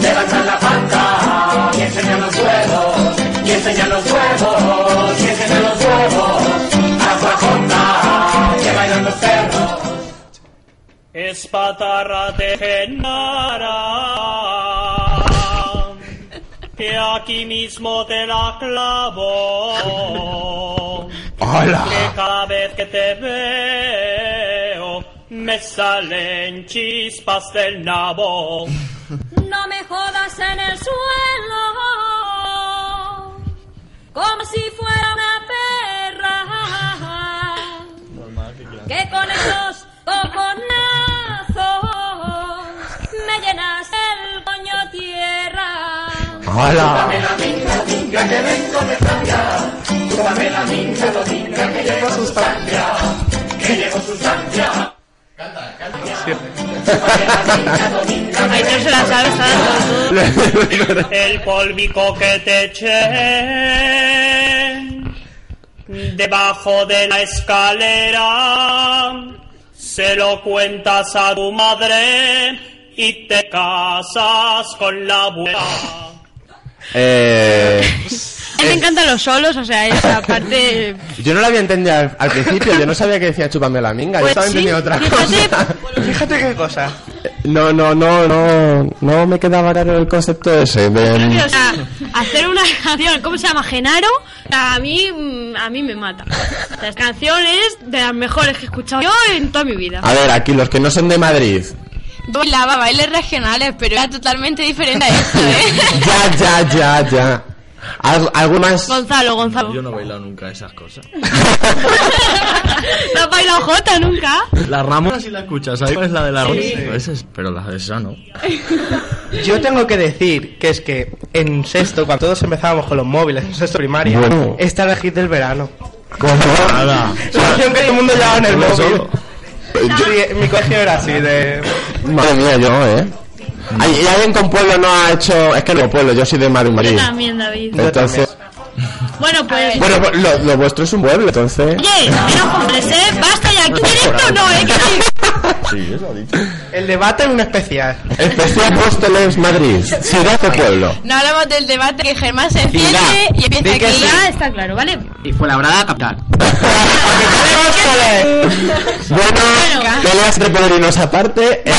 Speaker 16: Levantan la pata y enseñan los huevos, y enseñan los huevos, y enseñan los huevos. Haz la conta que bailan los cerdos. Es patarra de Genara, que aquí mismo te la clavo.
Speaker 2: ¡Hala!
Speaker 16: Que cada vez que te veo, me salen chispas del nabo.
Speaker 18: No me jodas en el suelo, como si fuera una perra. Que con esos
Speaker 2: ¡Hala!
Speaker 16: Aitor se la sabe, está dando El polvico que te eché debajo de la escalera se lo cuentas a tu madre y te casas con la abuela.
Speaker 2: Eh,
Speaker 5: A él le encantan los solos, o sea, esa parte...
Speaker 2: yo no lo había entendido al, al principio, yo no sabía que decía chúpame la minga, yo
Speaker 5: Pues
Speaker 2: estaba
Speaker 5: sí,
Speaker 2: entendiendo otra
Speaker 5: fíjate.
Speaker 2: cosa.
Speaker 10: Fíjate qué cosa.
Speaker 2: No, no, no, no, no me quedaba raro el concepto ese.
Speaker 5: O
Speaker 2: De, mm,
Speaker 5: sea, hacer una canción, ¿cómo se llama? Genaro, a mí, mm, a mí me mata. Las canciones de las mejores que he escuchado yo en toda mi vida.
Speaker 2: a ver, aquí los que no son de Madrid.
Speaker 12: Yo bailaba bailes regionales, pero era totalmente diferente a esto, ¿eh?
Speaker 2: Ya, ya, ya, ya. Al- ¿Algo más?
Speaker 5: Gonzalo, Gonzalo.
Speaker 19: Yo no he bailado nunca esas cosas.
Speaker 5: No has bailado Jota nunca.
Speaker 19: La Ramona sí la escuchas, ¿sabes cuál es la de la
Speaker 10: Sí.
Speaker 19: Rosa? Esa es- Pero la de esa no.
Speaker 10: Yo tengo que decir que es que en sexto, cuando todos empezábamos con los móviles, en sexto primaria,
Speaker 19: Bueno.
Speaker 10: esta era el hit del verano.
Speaker 2: ¿Cómo?
Speaker 19: Nada.
Speaker 10: La canción que todo el mundo llevaba en el
Speaker 19: Uno
Speaker 10: móvil.
Speaker 19: solo.
Speaker 10: Sí, en mi colegio era así de...
Speaker 2: Madre mía, yo, ¿eh? Ay, ¿y alguien con pueblo no ha hecho... Es que no tengo pueblo, yo soy de Madrid, Madrid.
Speaker 5: También, David.
Speaker 2: Entonces...
Speaker 5: Bueno, pues...
Speaker 2: Bueno, lo, lo vuestro es un pueblo, entonces...
Speaker 5: Oye, no jodas, ¿eh? Basta ya, aquí directo no, ¿eh? Que sí.
Speaker 2: Sí, eso
Speaker 10: El debate en un especial.
Speaker 2: Especial Póstoles Madrid, ciudad o pueblo.
Speaker 12: No hablamos del debate que Germán se enciende
Speaker 20: Ciudad.
Speaker 12: y empieza
Speaker 20: Di que
Speaker 12: aquí.
Speaker 20: sí.
Speaker 12: Ya
Speaker 5: está claro, ¿vale?
Speaker 20: Y fue labrada capital.
Speaker 2: Bueno, peleas de podrinos aparte... eh,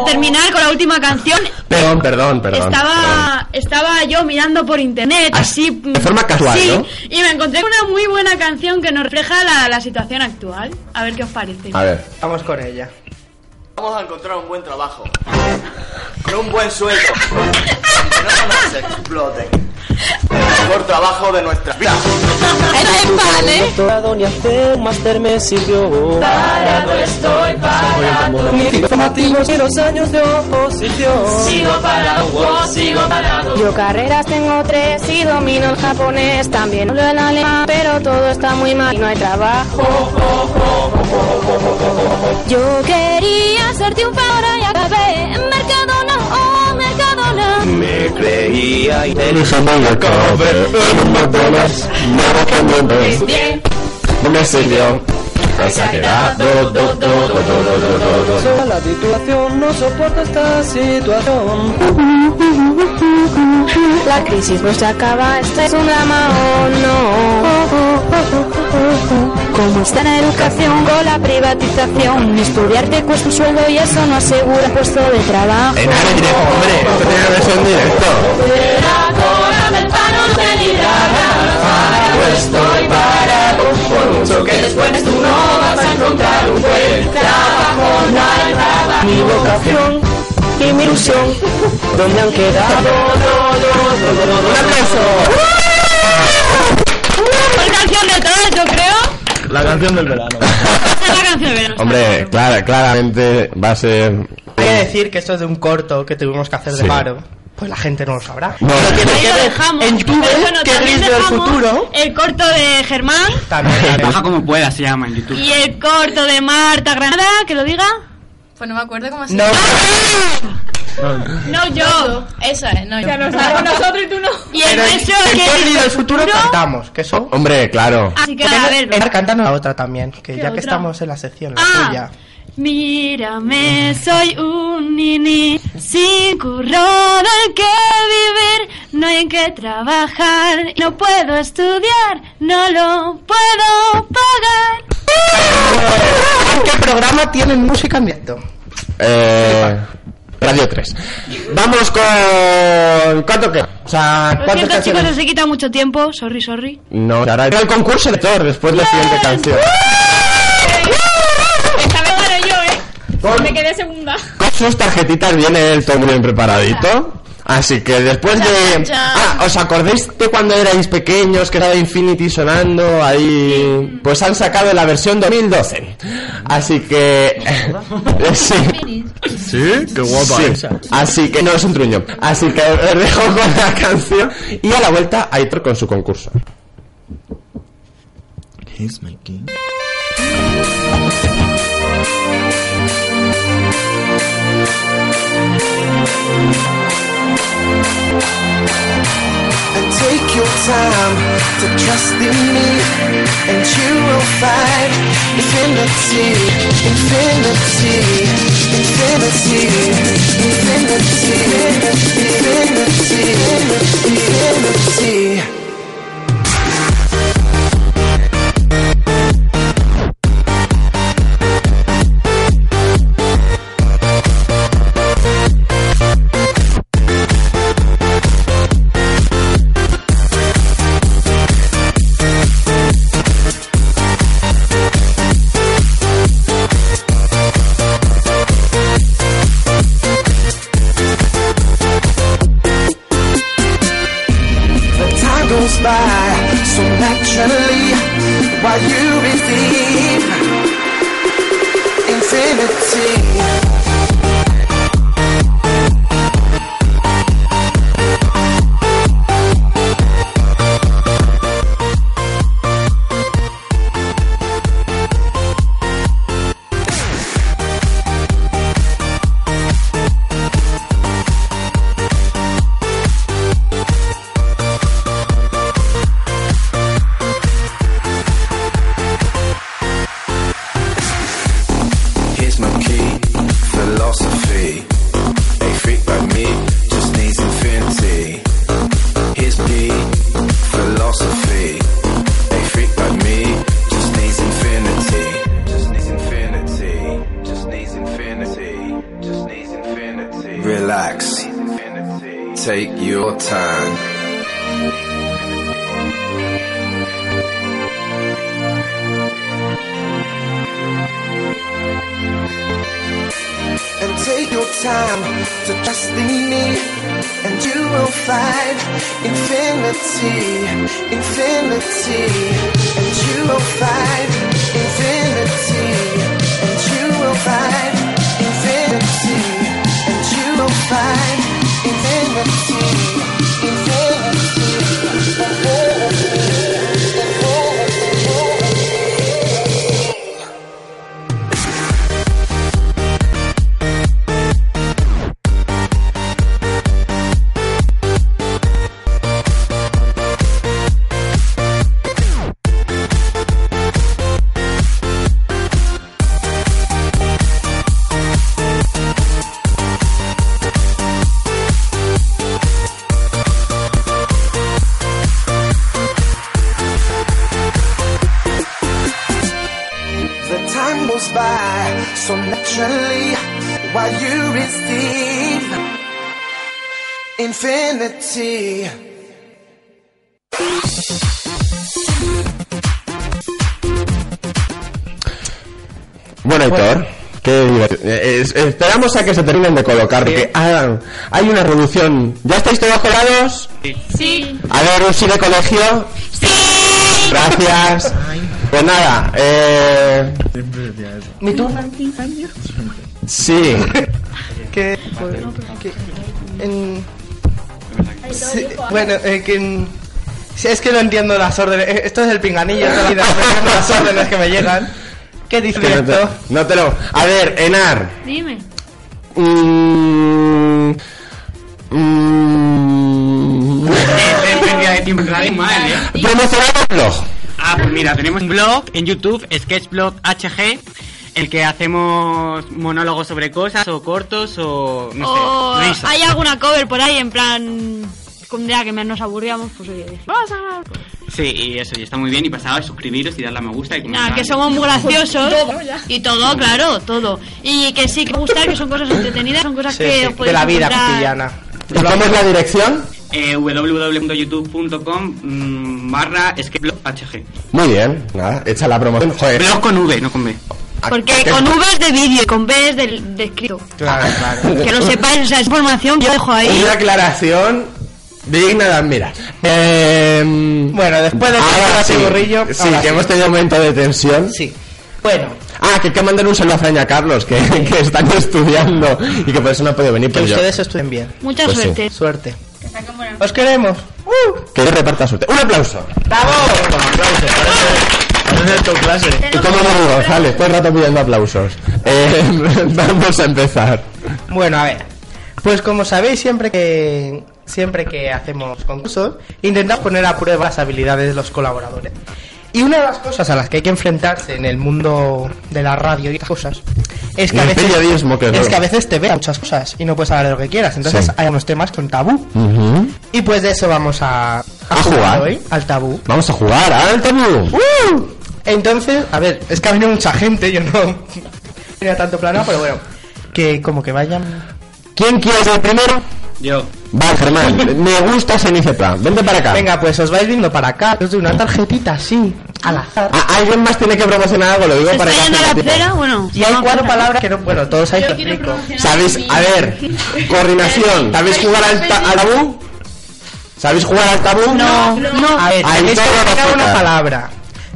Speaker 5: A terminar con la última canción,
Speaker 2: Perdón, perdón, perdón.
Speaker 5: estaba, estaba yo mirando por internet, así...
Speaker 2: Ah,
Speaker 5: mm,
Speaker 2: De forma casual,
Speaker 5: Sí,
Speaker 2: ¿no?
Speaker 5: y me encontré con una muy buena canción que nos refleja la, la situación actual. A ver qué os parece.
Speaker 2: A ver.
Speaker 10: Vamos con ella.
Speaker 21: Vamos a encontrar un buen trabajo. Con un buen sueldo. Que no nos exploten. El mejor trabajo de nuestras vidas.
Speaker 22: doctorado ni hacer un máster me sirvió.
Speaker 16: Parado estoy, parado.
Speaker 22: Formativos y dos años de oposición.
Speaker 16: Sigo parado, wow, sigo parado.
Speaker 23: Yo carreras tengo tres y domino el japonés, también hablo el alemán, pero todo está muy mal y no hay trabajo. Yo quería hacerte un favor y acabé en Mercadona, oh Mercadona.
Speaker 16: Me creía y
Speaker 2: Él hizo muy el cover, un McDonald's, nada que no me-
Speaker 16: bien.
Speaker 2: no me sirvió. Exagerado, do, do, do, do, do, do, do, do.
Speaker 22: Sola la titulación, no soporto esta situación.
Speaker 23: La crisis no se acaba, esto es un drama, oh no. ¿Cómo está la educación con la privatización? Estudiar te cuesta un sueldo y eso no asegura puesto de trabajo.
Speaker 16: Estoy parado, por mucho que después tú no vas a encontrar un buen trabajo, no hay trabajo. Mi vocación y mi ilusión, ¿dónde han quedado? ¡Un
Speaker 5: Mejor canción de todas, yo creo.
Speaker 2: La canción del verano.
Speaker 5: Esa es la canción de verano.
Speaker 2: Hombre, clara- claramente va a ser.
Speaker 10: Hay que decir que esto es de un corto que tuvimos que hacer de
Speaker 2: Sí.
Speaker 10: paro. Pues la gente no lo sabrá.
Speaker 5: Ahí lo dejamos.
Speaker 10: en YouTube,
Speaker 5: Pero bueno,
Speaker 10: que
Speaker 5: también
Speaker 10: gris del
Speaker 5: dejamos
Speaker 10: futuro.
Speaker 5: El corto de Germán
Speaker 20: Baja como pueda, se llama en YouTube.
Speaker 5: y el corto de Marta Granada, que lo diga.
Speaker 12: Pues no me acuerdo cómo se
Speaker 20: No.
Speaker 5: No yo.
Speaker 12: Esa es, no yo.
Speaker 5: Ya nos damos nosotros
Speaker 12: y tú no.
Speaker 5: Y el beso
Speaker 10: en
Speaker 5: que
Speaker 10: Corri del futuro cantamos, que eso.
Speaker 2: Hombre, claro.
Speaker 5: Así Ah, que a ver,
Speaker 10: cantando la otra también, que ya que
Speaker 5: otra?
Speaker 10: estamos en la sección, la
Speaker 5: Ah.
Speaker 10: tuya.
Speaker 5: Mírame, soy un nini sin curro, no hay que vivir, no hay que trabajar, no puedo estudiar, no lo puedo pagar.
Speaker 10: ¿En qué programa tienen música en directo?
Speaker 2: Eh, Radio 3. Vamos con. ¿Cuánto queda? O sea,
Speaker 5: Lo
Speaker 2: ¿cuántas
Speaker 5: siento chicos,
Speaker 2: canciones?
Speaker 5: os he quitado mucho tiempo, sorry, sorry.
Speaker 2: No, ahora era el concurso de Thor después de la siguiente canción.
Speaker 18: Esta vez gano yo, ¿eh?
Speaker 2: Con-
Speaker 18: Me quedé segunda.
Speaker 2: Con sus tarjetitas viene el todo muy bien preparadito. Así que después de. Ah, ¿os acordáis de cuando erais pequeños que estaba Infinity sonando ahí? Pues han sacado la versión 2012. Así que. sí.
Speaker 19: Sí, qué guapa
Speaker 2: Sí.
Speaker 19: esa.
Speaker 2: Así que no es un truño. Así que os dejo con la canción y a la vuelta Aitor con su concurso.
Speaker 19: He's my king.
Speaker 13: And take your time to trust in me, and you will find infinity, infinity, infinity, infinity, infinity, infinity. The time goes by so naturally while you receive infinity.
Speaker 7: Here's my key, philosophy. A freak like me just needs infinity. Here's me, philosophy. A freak like me just needs infinity. Just needs infinity. Just needs infinity. Just needs infinity. Relax. Take your time.
Speaker 13: And take your time to trust in me, and you will find infinity, infinity, and you will find infinity, and you will find infinity, and you will find infinity, infinity, infinity, infinity. The time goes by so naturally while you receive infinity.
Speaker 2: Bueno, Aitor, qué divertido. Eh, es- esperamos a que se terminen de colocar, que hagan. Hay una reducción. ¿Ya estáis todos colados?
Speaker 16: Sí.
Speaker 2: A ver, Rusi de colegio. Sí. Gracias. Pues nada, eh.
Speaker 19: Siempre decía eso.
Speaker 10: ¿Mi turno?
Speaker 2: Sí.
Speaker 10: que, que- en- Sí, bueno, eh, que en- si es que no entiendo las órdenes. eh, Esto es el pinganillo de la vida, no entiendo las órdenes que me llegan. ¿Qué dice
Speaker 2: Que no te-
Speaker 10: esto?
Speaker 2: no te lo. A ver, Enar.
Speaker 5: Dime.
Speaker 2: Mm. Mm. Promocionamos el blog.
Speaker 20: Ah, pues mira, tenemos un blog en YouTube, Sketchblog HG, el que hacemos monólogos sobre cosas o cortos o no
Speaker 5: o
Speaker 20: sé, risas.
Speaker 5: Oh, hay alguna cover por ahí en plan con la que nos aburríamos, pues oye, dije, vamos a grabar.
Speaker 20: Sí, y eso, y está muy bien. Y pasado, suscribiros y darle a me gusta y comentar.
Speaker 5: Nada, Ah, que somos muy graciosos y todo, claro, todo. Y que sí que gustar, que son cosas entretenidas, son cosas que os podéis encontrar.
Speaker 2: ¿Y cómo es la dirección?
Speaker 20: Eh, www.youtube.com mm, barra Sketchblog HG.
Speaker 2: Muy bien, nada, hecha la promoción. Joder.
Speaker 20: Blog con V, no con B.
Speaker 2: Ah,
Speaker 5: Porque con V es de vídeo y con B es de, de escrito.
Speaker 2: Claro, claro.
Speaker 5: Que lo sepáis, o sea, es información que yo dejo ahí.
Speaker 2: Una aclaración digna de admirar. bueno, después
Speaker 10: de
Speaker 2: ahora
Speaker 10: este
Speaker 2: sí,
Speaker 10: burrillo,
Speaker 2: Em, sí,
Speaker 10: ahora
Speaker 2: que
Speaker 10: sí.
Speaker 2: hemos tenido un momento de tensión. Sí.
Speaker 10: Bueno.
Speaker 2: Ah, Ah, que hay que mandar un saludo a Fran y a Carlos, que, que están estudiando y que por eso no han podido venir.
Speaker 10: Que
Speaker 2: pero yo-
Speaker 10: ustedes estudien bien.
Speaker 5: Mucha
Speaker 2: Pues sí.
Speaker 5: suerte.
Speaker 10: Suerte. Os queremos.
Speaker 2: Que yo reparta suerte. ¡Un aplauso!
Speaker 10: Parece tu clase.
Speaker 2: Y como no digo, sale, todo el rato pidiendo aplausos. Eh, vamos a empezar.
Speaker 10: Bueno, a ver. Pues como sabéis, siempre que siempre que hacemos concursos, intentamos poner a prueba las habilidades de los colaboradores. Y una de las cosas a las que hay que enfrentarse en el mundo de la radio y estas cosas es que,
Speaker 2: Y
Speaker 10: a
Speaker 2: el
Speaker 10: veces,
Speaker 2: periodismo, que es
Speaker 10: es
Speaker 2: lo-
Speaker 10: que a veces te vean muchas cosas y no puedes hablar de lo que quieras. Entonces
Speaker 2: Sí.
Speaker 10: hay unos temas con tabú. Y pues de eso vamos a, a
Speaker 2: jugar.
Speaker 10: hoy, al tabú.
Speaker 2: Vamos a jugar al tabú.
Speaker 10: ¡Uh! Entonces, a ver, es que ha venido mucha gente, yo no tenía tanto plano, pero bueno, que como que vayan.
Speaker 2: ¿Quién quiere ser primero?
Speaker 20: Yo.
Speaker 2: Va, Germán, me gusta esa iniciativa. Vente para acá.
Speaker 10: Venga, pues os vais viendo para acá. Os doy una tarjetita así, al azar.
Speaker 2: Ah, ¿Alguien más tiene que promocionar algo? Lo digo para que hace tiempo.
Speaker 10: Bueno, y hay cuatro palabras que no. Bueno, todos hay que explico.
Speaker 2: ¿Sabéis? A ver, coordinación. ¿Sabéis jugar al, ta- al tabú? ¿Sabéis jugar al tabú?
Speaker 10: No, no. A ver,
Speaker 2: Ahí
Speaker 10: tenéis que
Speaker 2: todo
Speaker 10: explicar
Speaker 2: lo
Speaker 10: una
Speaker 2: explica.
Speaker 10: palabra.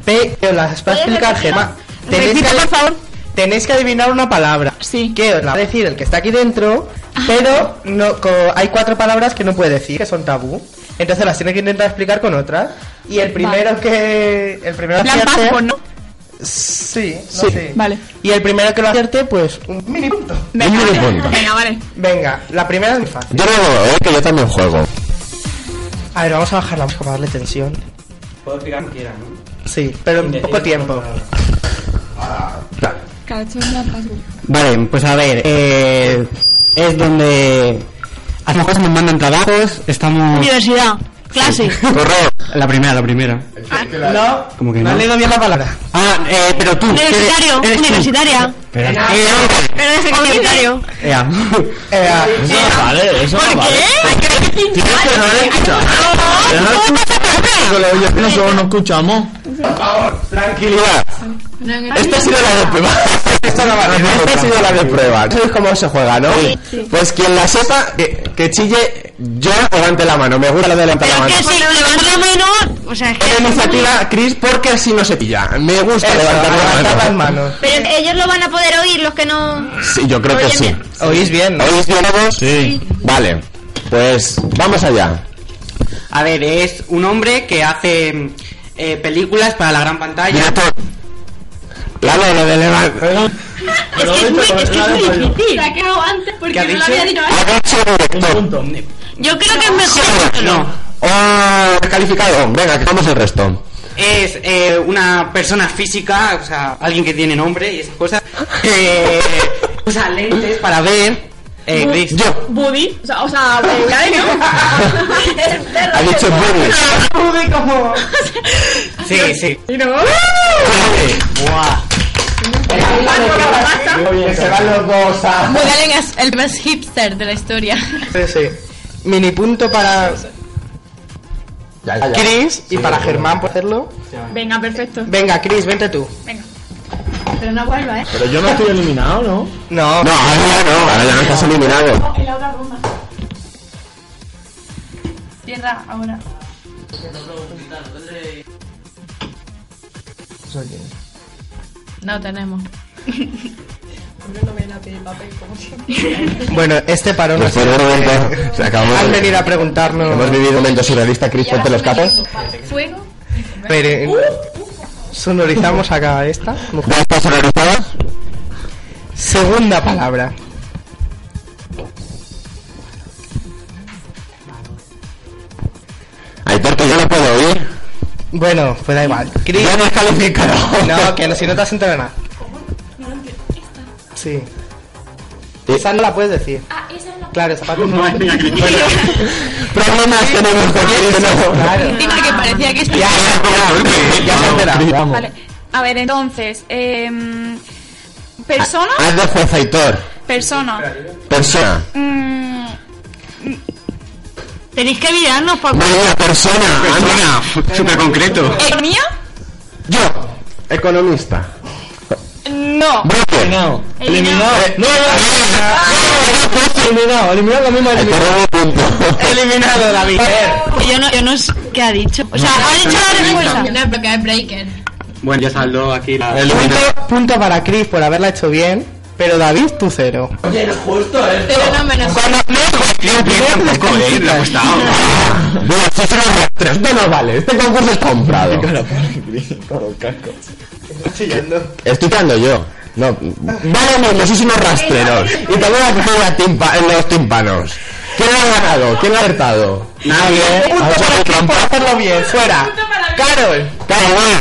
Speaker 10: Pe- que os las va a explicar Gemma. Tenéis que, por favor. Tenéis que adivinar una palabra. Sí. Que os la va a decir el que está aquí dentro, pero no, co- hay cuatro palabras que no puede decir, que son tabú. Entonces las tiene que intentar explicar con otras. Y el primero que. El primero
Speaker 24: Plan
Speaker 10: acierte-
Speaker 24: vasco, ¿no?
Speaker 10: Sí, no
Speaker 24: Sí.
Speaker 10: sé.
Speaker 24: Vale.
Speaker 10: Y el primero que lo acierte, pues un mini punto.
Speaker 2: Venga, Un mini vale. punto.
Speaker 10: Venga, vale. Venga, la primera es muy fácil.
Speaker 2: Yo no juego, eh, que yo también juego.
Speaker 10: A ver, vamos a bajarla vamos a darle tensión.
Speaker 20: Puedo explicar lo que quiera, ¿no?
Speaker 10: Sí, pero en poco tiempo.
Speaker 25: Vale, pues a ver, eh, es donde hacemos cosas, nos mandan trabajos, estamos...
Speaker 5: Universidad, clase.
Speaker 25: La primera, la primera.
Speaker 10: Ah, No,
Speaker 25: Como que
Speaker 10: no
Speaker 25: no.
Speaker 10: has leído bien la palabra.
Speaker 25: Ah, eh, pero tú... ¿qué-
Speaker 5: Universitario,
Speaker 25: eres tú?
Speaker 5: universitaria.
Speaker 25: Espera.
Speaker 5: Pero es universitario.
Speaker 25: Ea.
Speaker 2: Eh,
Speaker 10: Eso
Speaker 25: no vale, eso no vale.
Speaker 16: Tienes que no le escuchas.
Speaker 19: Nosotros no escuchamos.
Speaker 2: Por favor, tranquilidad. Esta ha sido la de prueba. Esta, no vale, esta ha sido la de prueba. ¿Sabes cómo se juega, no?
Speaker 16: Sí.
Speaker 2: Pues quien la sepa, que, que chille, yo levante la mano. Me gusta lo de levantar la mano.
Speaker 5: Que si lo levanto la mano, o sea, es que...
Speaker 2: Esta iniciativa, Chris, porque así no se pilla. Me gusta levantar la mano.
Speaker 4: Pero ellos lo van a poder oír, los que no...
Speaker 2: Sí, yo creo que
Speaker 4: Oyen
Speaker 2: sí.
Speaker 4: bien.
Speaker 10: ¿Oís bien?
Speaker 2: ¿Oís bien ambos? Sí. Vale, pues vamos allá.
Speaker 24: A ver, es un hombre que hace eh, películas para la gran pantalla.
Speaker 2: Claro, lo de levantar.
Speaker 24: Es que es muy, es que es muy difícil.
Speaker 12: La que hago antes porque
Speaker 24: ¿Qué ha
Speaker 12: no la
Speaker 24: dicho?
Speaker 12: había dicho antes.
Speaker 5: Yo creo que es mejor...
Speaker 24: No,
Speaker 2: Oh, calificado. Venga, que vamos el resto.
Speaker 24: es eh, una persona física, o sea, alguien que tiene nombre y esas cosas. Eh, usa lentes para ver. Eh,
Speaker 12: Bu-
Speaker 24: Chris.
Speaker 12: Buddy. O sea, o sea, Buddy, ¿no? El perro.
Speaker 24: Ha dicho Buddy.
Speaker 10: Buddy como.
Speaker 24: Sí, sí.
Speaker 12: Y no.
Speaker 24: Buah.
Speaker 2: Que se van los dos a.
Speaker 12: Woody Allen es el más hipster de la historia.
Speaker 10: Sí, sí. Mini punto para Chris y para Germán por hacerlo.
Speaker 12: Venga, perfecto.
Speaker 10: Venga, Chris, vente tú.
Speaker 12: Pero no vuelva, ¿eh?
Speaker 10: Pero yo no estoy eliminado, ¿no? No.
Speaker 2: No, ahora ya no, ahora ya no estás eliminado.
Speaker 12: En la otra ronda. Cierra ahora. No tenemos.
Speaker 10: Bueno, este parón
Speaker 2: Pues por un momento, se acabó.
Speaker 10: Han venido a preguntarnos.
Speaker 2: Hemos vivido momentos surrealistas, Chris, ponte los capos.
Speaker 12: Fuego.
Speaker 10: Pero, eh, sonorizamos acá esta. mujer.
Speaker 2: ¿Está sonorizada?
Speaker 10: Segunda palabra.
Speaker 2: Aitor, que yo no puedo oír.
Speaker 10: Bueno, pues da igual. Chris.
Speaker 2: Ya no es calificado.
Speaker 10: No, que no, si no te has enterado de nada.
Speaker 2: Eh.
Speaker 10: Sí. Esa no la puedes decir. Ah, esa no. Claro, esa parte no. Bueno,
Speaker 2: Problemas tenemos con Chris, no.
Speaker 10: Claro.
Speaker 12: Sí, porque parecía que
Speaker 2: Ya, ya, ya se ha enterado.
Speaker 12: Vale. A ver, entonces, em, persona,
Speaker 2: Haz Ah, de juez, Aitor.
Speaker 12: persona.
Speaker 2: Persona.
Speaker 12: Mm,
Speaker 5: Tenéis que mirarnos por...
Speaker 2: Vaya, persona. Persona. Súper concreto.
Speaker 12: ¿Economía?
Speaker 2: Yo. Economista.
Speaker 12: No.
Speaker 2: Broker. No.
Speaker 12: Eliminado.
Speaker 2: No,
Speaker 10: Eliminado, eliminado la misma
Speaker 2: eliminado.
Speaker 10: Eliminado, David.
Speaker 5: Yo no, yo no sé qué ha dicho. O sea, ha dicho la respuesta.
Speaker 12: No, porque es breaker.
Speaker 2: Bueno, ya saldó aquí la...
Speaker 10: Punto, punto para Chris por haberla hecho bien, pero David, tú cero.
Speaker 26: Oye, no es justo, ¿eh?
Speaker 12: Pero no menos.
Speaker 13: Bueno, esto será un rastre, esto no vale, este concurso es comprado. Estoy tirando yo. No, vale, no, no sois unos rastreros. Y también voy a coger la timpa- en los tímpanos. ¿Quién ha ganado? ¿Quién ha acertado?
Speaker 10: Nadie. Punto
Speaker 13: Ha hecho
Speaker 10: para Chris
Speaker 13: trampa.
Speaker 10: por hacerlo bien, fuera. Carol.
Speaker 13: Carol.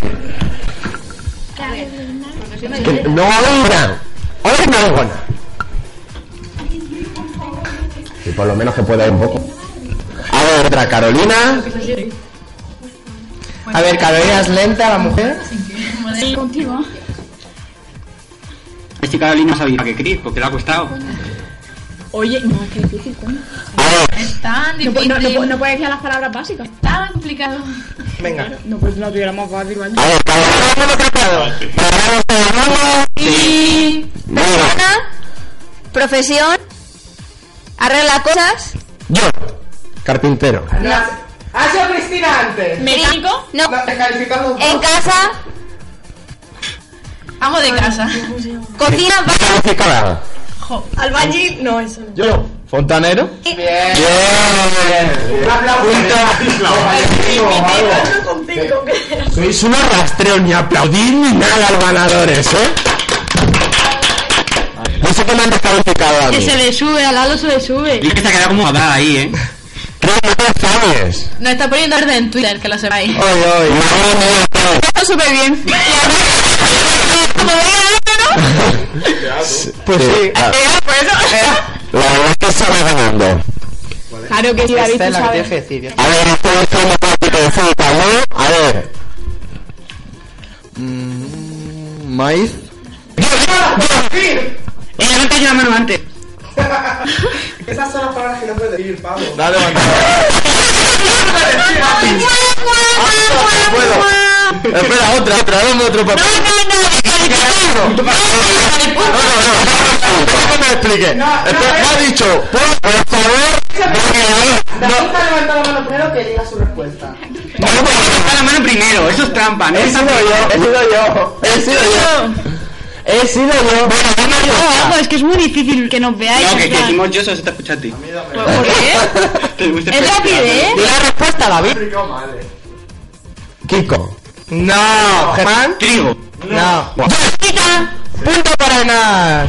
Speaker 13: Que No hay una. Ahora no hay una. Y por lo menos que pueda ir un poco. A ver, otra Carolina.
Speaker 10: A ver, Carolina es lenta la mujer.
Speaker 3: Contigo.
Speaker 2: Es que Carolina sabía que Chris, porque le ha costado.
Speaker 3: Oye, no, qué difícil, coño.
Speaker 12: Es tan
Speaker 3: No, pu-
Speaker 12: difícil.
Speaker 3: no, no, pu- no puedes decir las palabras básicas.
Speaker 12: Tan complicado.
Speaker 10: Venga.
Speaker 3: No, pues no tuviéramos fácil, ¿vale?
Speaker 4: Y... Persona, profesión, arregla cosas.
Speaker 13: Yo. Carpintero.
Speaker 10: ¡Ha sido Cristina antes!
Speaker 12: ¿Mecánico?
Speaker 4: No.
Speaker 10: te calificamos
Speaker 4: En casa,
Speaker 12: Amo de casa.
Speaker 4: cocina,
Speaker 13: Calificada.
Speaker 12: Albañil, no, eso no.
Speaker 13: Yo. Fontanero.
Speaker 4: Bien.
Speaker 13: Bien.
Speaker 12: Un aplauso.
Speaker 13: Sois unos rastreos, ni aplaudir ni nada a los ganadores, ¿eh? No sé qué me han descalificado a
Speaker 5: Que
Speaker 13: mí.
Speaker 5: se le sube, al Lalo se le sube.
Speaker 2: Creo que se ha quedado como Adá ahí, ¿eh?
Speaker 13: ¿Sabes?
Speaker 12: Nos está poniendo orden en Twitter, que lo sepáis.
Speaker 13: Oye, oye.
Speaker 12: Está súper bien.
Speaker 13: Pues sí. La la verdad es que se va ganando.
Speaker 3: Claro que sí, David,
Speaker 10: Esta es la que
Speaker 3: tú sabes.
Speaker 10: tienes que decir.
Speaker 13: A ver, esto es como práctico de fruta, ¿no? A ver.
Speaker 27: Maíz.
Speaker 2: ¡Eh, levanta yo la mano antes!
Speaker 10: Esas son las palabras que no puedes decir, Pablo.
Speaker 27: Dale,
Speaker 13: Espera, otra, otra, dame otro papel. No, no, no, no me explique. Espera, Me ha dicho, por por favor,
Speaker 10: David ha levantado la mano primero que diga su respuesta.
Speaker 2: Levanta la mano primero, eso es trampa, ¿no?
Speaker 13: he sido yo, he sido yo, he sido yo.
Speaker 5: Eh,
Speaker 13: He sido yo.
Speaker 5: No, ojo, es que es muy difícil que nos veáis.
Speaker 2: No, que,
Speaker 5: en
Speaker 2: que
Speaker 5: plan.
Speaker 2: decimos yo, solo se te escucha a ti.
Speaker 5: ¿Por qué? Es rapidez.
Speaker 13: Di la respuesta, David. Kiko.
Speaker 10: No, Germán.
Speaker 2: Trigo.
Speaker 10: No. Punto para nada.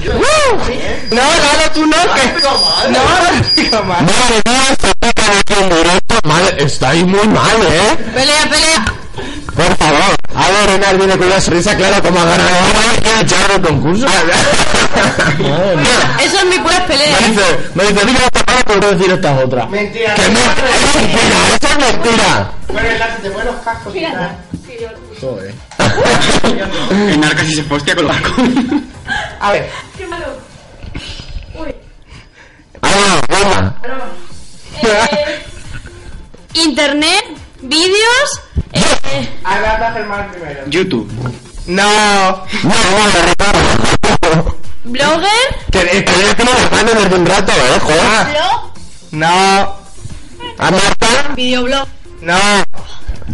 Speaker 10: No, Lalo, tú no. Que... No, no, no.
Speaker 13: Madre mía, se pica aquí en directo. Madre, estáis muy mal, ¿eh?
Speaker 12: Pelea, pelea.
Speaker 13: Por favor. A ver, Renal viene con una sonrisa clara como ha ganado. Ahora hay que echar el concurso. Madre mía.
Speaker 12: Eso es mi pura pelea.
Speaker 13: Me dice, me dice, diga esta palabra, pero puedo decir esta otra.
Speaker 10: Mentira.
Speaker 13: Que no, es mentira, eso es mentira.
Speaker 10: Bueno, Lalo, te ponen los cascos.
Speaker 27: Joder.
Speaker 2: El narca si se postea con los barcos.
Speaker 10: A ver.
Speaker 28: Qué malo. Uy.
Speaker 13: Ah, venga.
Speaker 28: Eh,
Speaker 5: Internet, vídeos. eh,
Speaker 10: A ver, anda Germán primero.
Speaker 2: YouTube.
Speaker 10: No.
Speaker 13: No, no, no, reparo.
Speaker 5: blogger.
Speaker 10: eh,
Speaker 13: Que tenéis que nos manden desde un rato, eh, joder.
Speaker 12: Blog.
Speaker 10: No.
Speaker 13: A Marta,
Speaker 12: Videoblog.
Speaker 10: No.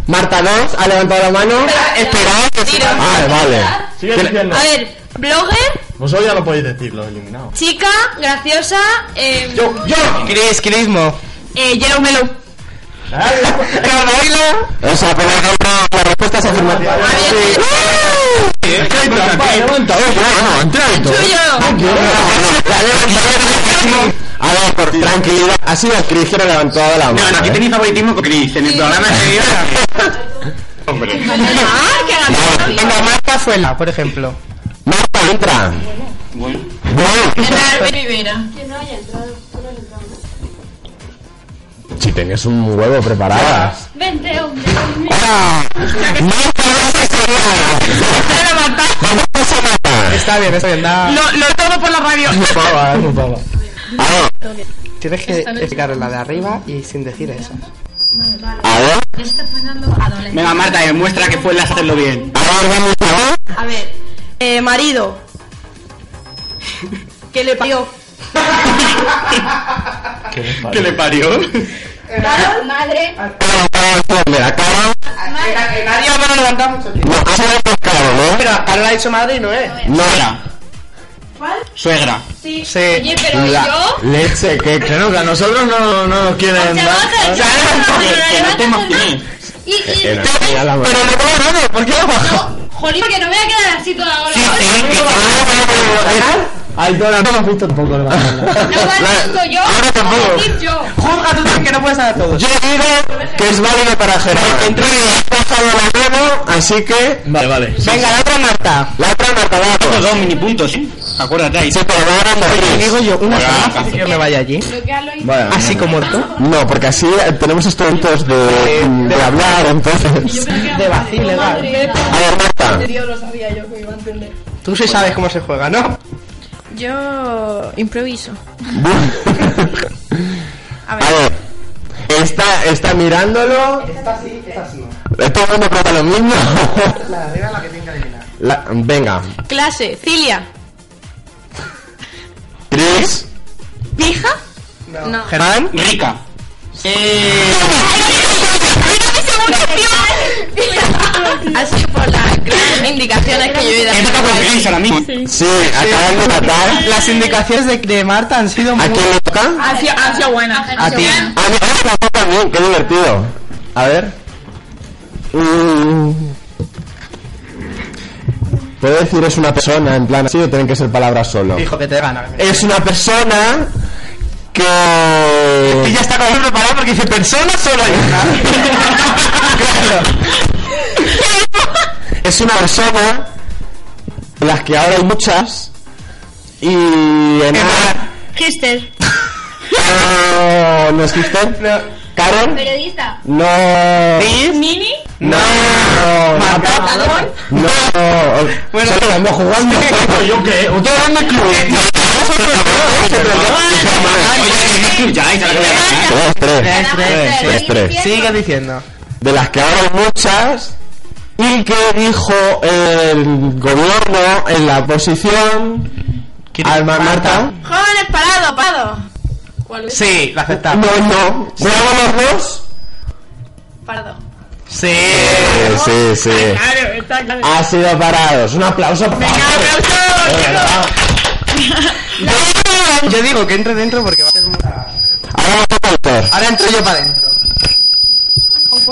Speaker 13: Marta 2, ha levantado la mano. Esperad que se...
Speaker 12: Tiro.
Speaker 13: Vale, vale.
Speaker 27: Sigue
Speaker 13: Que-
Speaker 27: diciendo.
Speaker 12: A ver, blogger,
Speaker 27: Vosotros ya no podéis decirlo, eliminado.
Speaker 12: chica, graciosa, eh.
Speaker 27: Yo, yo.
Speaker 10: Cris, Crismo.
Speaker 12: Eh, Yellow Melo.
Speaker 13: O sea, por ejemplo, la respuesta es afirmativa. Sí. ¡Uh! ¡Qué trampa! Levanta, oye, bueno, entra y todo. Ah,
Speaker 12: Tuyo.
Speaker 13: No quiero. La levanta, A ver, por tranquilidad. Ha sido Cris que le ha levantado la mano.
Speaker 2: No, no, aquí
Speaker 13: ¿eh?
Speaker 2: tenéis favoritismo con Chris. En el programa anterior. Hombre.
Speaker 12: Ah, que ganó.
Speaker 10: Venga, Marta fue la, por ejemplo.
Speaker 13: Marta, entra.
Speaker 2: Bueno.
Speaker 13: Bueno.
Speaker 12: Gerard Rivera.
Speaker 13: Si tenías un huevo preparada.
Speaker 3: Vente, hombre.
Speaker 13: ¡Hola! ¡Marta, gracias a ¡Vamos a matar!
Speaker 10: Está bien, está bien. Da...
Speaker 12: Lo, lo todo por la radio.
Speaker 13: No pava, no pava. A ver,
Speaker 10: Tienes que explicar la de arriba y sin decir eso.
Speaker 13: a ver,
Speaker 12: Está poniendo adolescente.
Speaker 2: Venga, Marta, demuestra que fue el hacerlo bien.
Speaker 13: a ver, vamos a ver.
Speaker 12: A ver, eh, marido. Que le parió.
Speaker 2: ¿Qué le parió?
Speaker 3: Madre.
Speaker 13: Cara, cara, mira, cara.
Speaker 10: Que nadie va a levantar mucho tiempo.
Speaker 13: No, ha sido por cara.
Speaker 10: lo ha dicho madre y no es.
Speaker 24: Nora,
Speaker 18: ¿Cuál?
Speaker 24: suegra.
Speaker 18: Sí.
Speaker 10: Sí.
Speaker 18: Oye, pero
Speaker 2: La
Speaker 18: yo.
Speaker 2: leche, que claro que a nosotros no, no nos quieren
Speaker 18: Ya
Speaker 2: dar.
Speaker 18: basta, ya basta, ya basta, Y, y,
Speaker 2: Que no, ya la-
Speaker 10: ¿por qué
Speaker 18: jolín, que no me voy a quedar así toda hora.
Speaker 2: Ay, no, no hemos visto tampoco la
Speaker 18: No valgo yo.
Speaker 2: Ahora tampoco.
Speaker 18: voy a decir yo.
Speaker 10: Juzga tú también que no puedes dar a todos.
Speaker 2: Yo digo que es válido para Gerardo. Entre la mano, así que. eh,
Speaker 24: Vale, vale.
Speaker 10: Venga, la otra Marta.
Speaker 2: La otra Marta, va.
Speaker 24: Estos dos mini puntos, ¿eh? Acuérdate ahí.
Speaker 2: Se te va a ganar.
Speaker 10: Digo yo, una
Speaker 2: Hola,
Speaker 10: sola que yo me vaya allí.
Speaker 2: Bueno,
Speaker 10: Así como tú.
Speaker 2: No, porque así eh, tenemos estudiantes de, de hablar, entonces.
Speaker 10: De vacile, va.
Speaker 12: eh.
Speaker 2: A ver, Marta.
Speaker 9: Dios, lo sabía yo que iba a entender.
Speaker 10: Tú sí sabes cómo se juega, ¿no?
Speaker 9: Yo improviso.
Speaker 2: A ver. Está, está mirándolo.
Speaker 10: Esta sí, esta sí.
Speaker 2: eh, Todo el mundo pregunta lo mismo.
Speaker 10: La de arriba es la que tiene que adivinar.
Speaker 2: La- venga.
Speaker 12: Clase, Cilia.
Speaker 2: Chris.
Speaker 12: ¿Pija? No.
Speaker 2: Germán.
Speaker 24: Rica.
Speaker 12: Ha sido por las grandes indicaciones que yo he dado.
Speaker 2: Sí, acaban de matar.
Speaker 10: Las indicaciones de, de Marta han sido muy.
Speaker 2: ¿A quién le toca?
Speaker 1: Han sido, han sido buenas.
Speaker 10: A ti.
Speaker 2: A mí me pasó también, qué divertido. A ver. Mm. Puedo decir es una persona, en plan así, o tienen que ser palabras solo.
Speaker 10: Hijo que te gana.
Speaker 2: Es una persona que.
Speaker 10: Y ya está como preparado porque dice persona solo
Speaker 2: es una persona de las que ahora hay muchas y en
Speaker 4: Hester.
Speaker 2: Ah, no, no existe Karen
Speaker 4: Periodista.
Speaker 2: no Eh,
Speaker 18: Mini.
Speaker 2: no no bueno estamos jugando yo qué otro grande club tres tres tres tres
Speaker 10: Sigue diciendo.
Speaker 2: de las que ahora hay muchas y que dijo el gobierno en la oposición Alma Marta
Speaker 12: Jóvenes, parado, parado.
Speaker 10: Sí, la
Speaker 2: no
Speaker 10: aceptamos.
Speaker 2: no ¿Bravo los dos
Speaker 12: Parado.
Speaker 10: Sí.
Speaker 2: Eh, sí sí
Speaker 1: Claro, está claro.
Speaker 2: ha sido parados un aplauso por favor.
Speaker 10: Yo digo que entre dentro porque va a ser muy...
Speaker 2: ahora me toca el Thor.
Speaker 10: Ahora entro yo para dentro.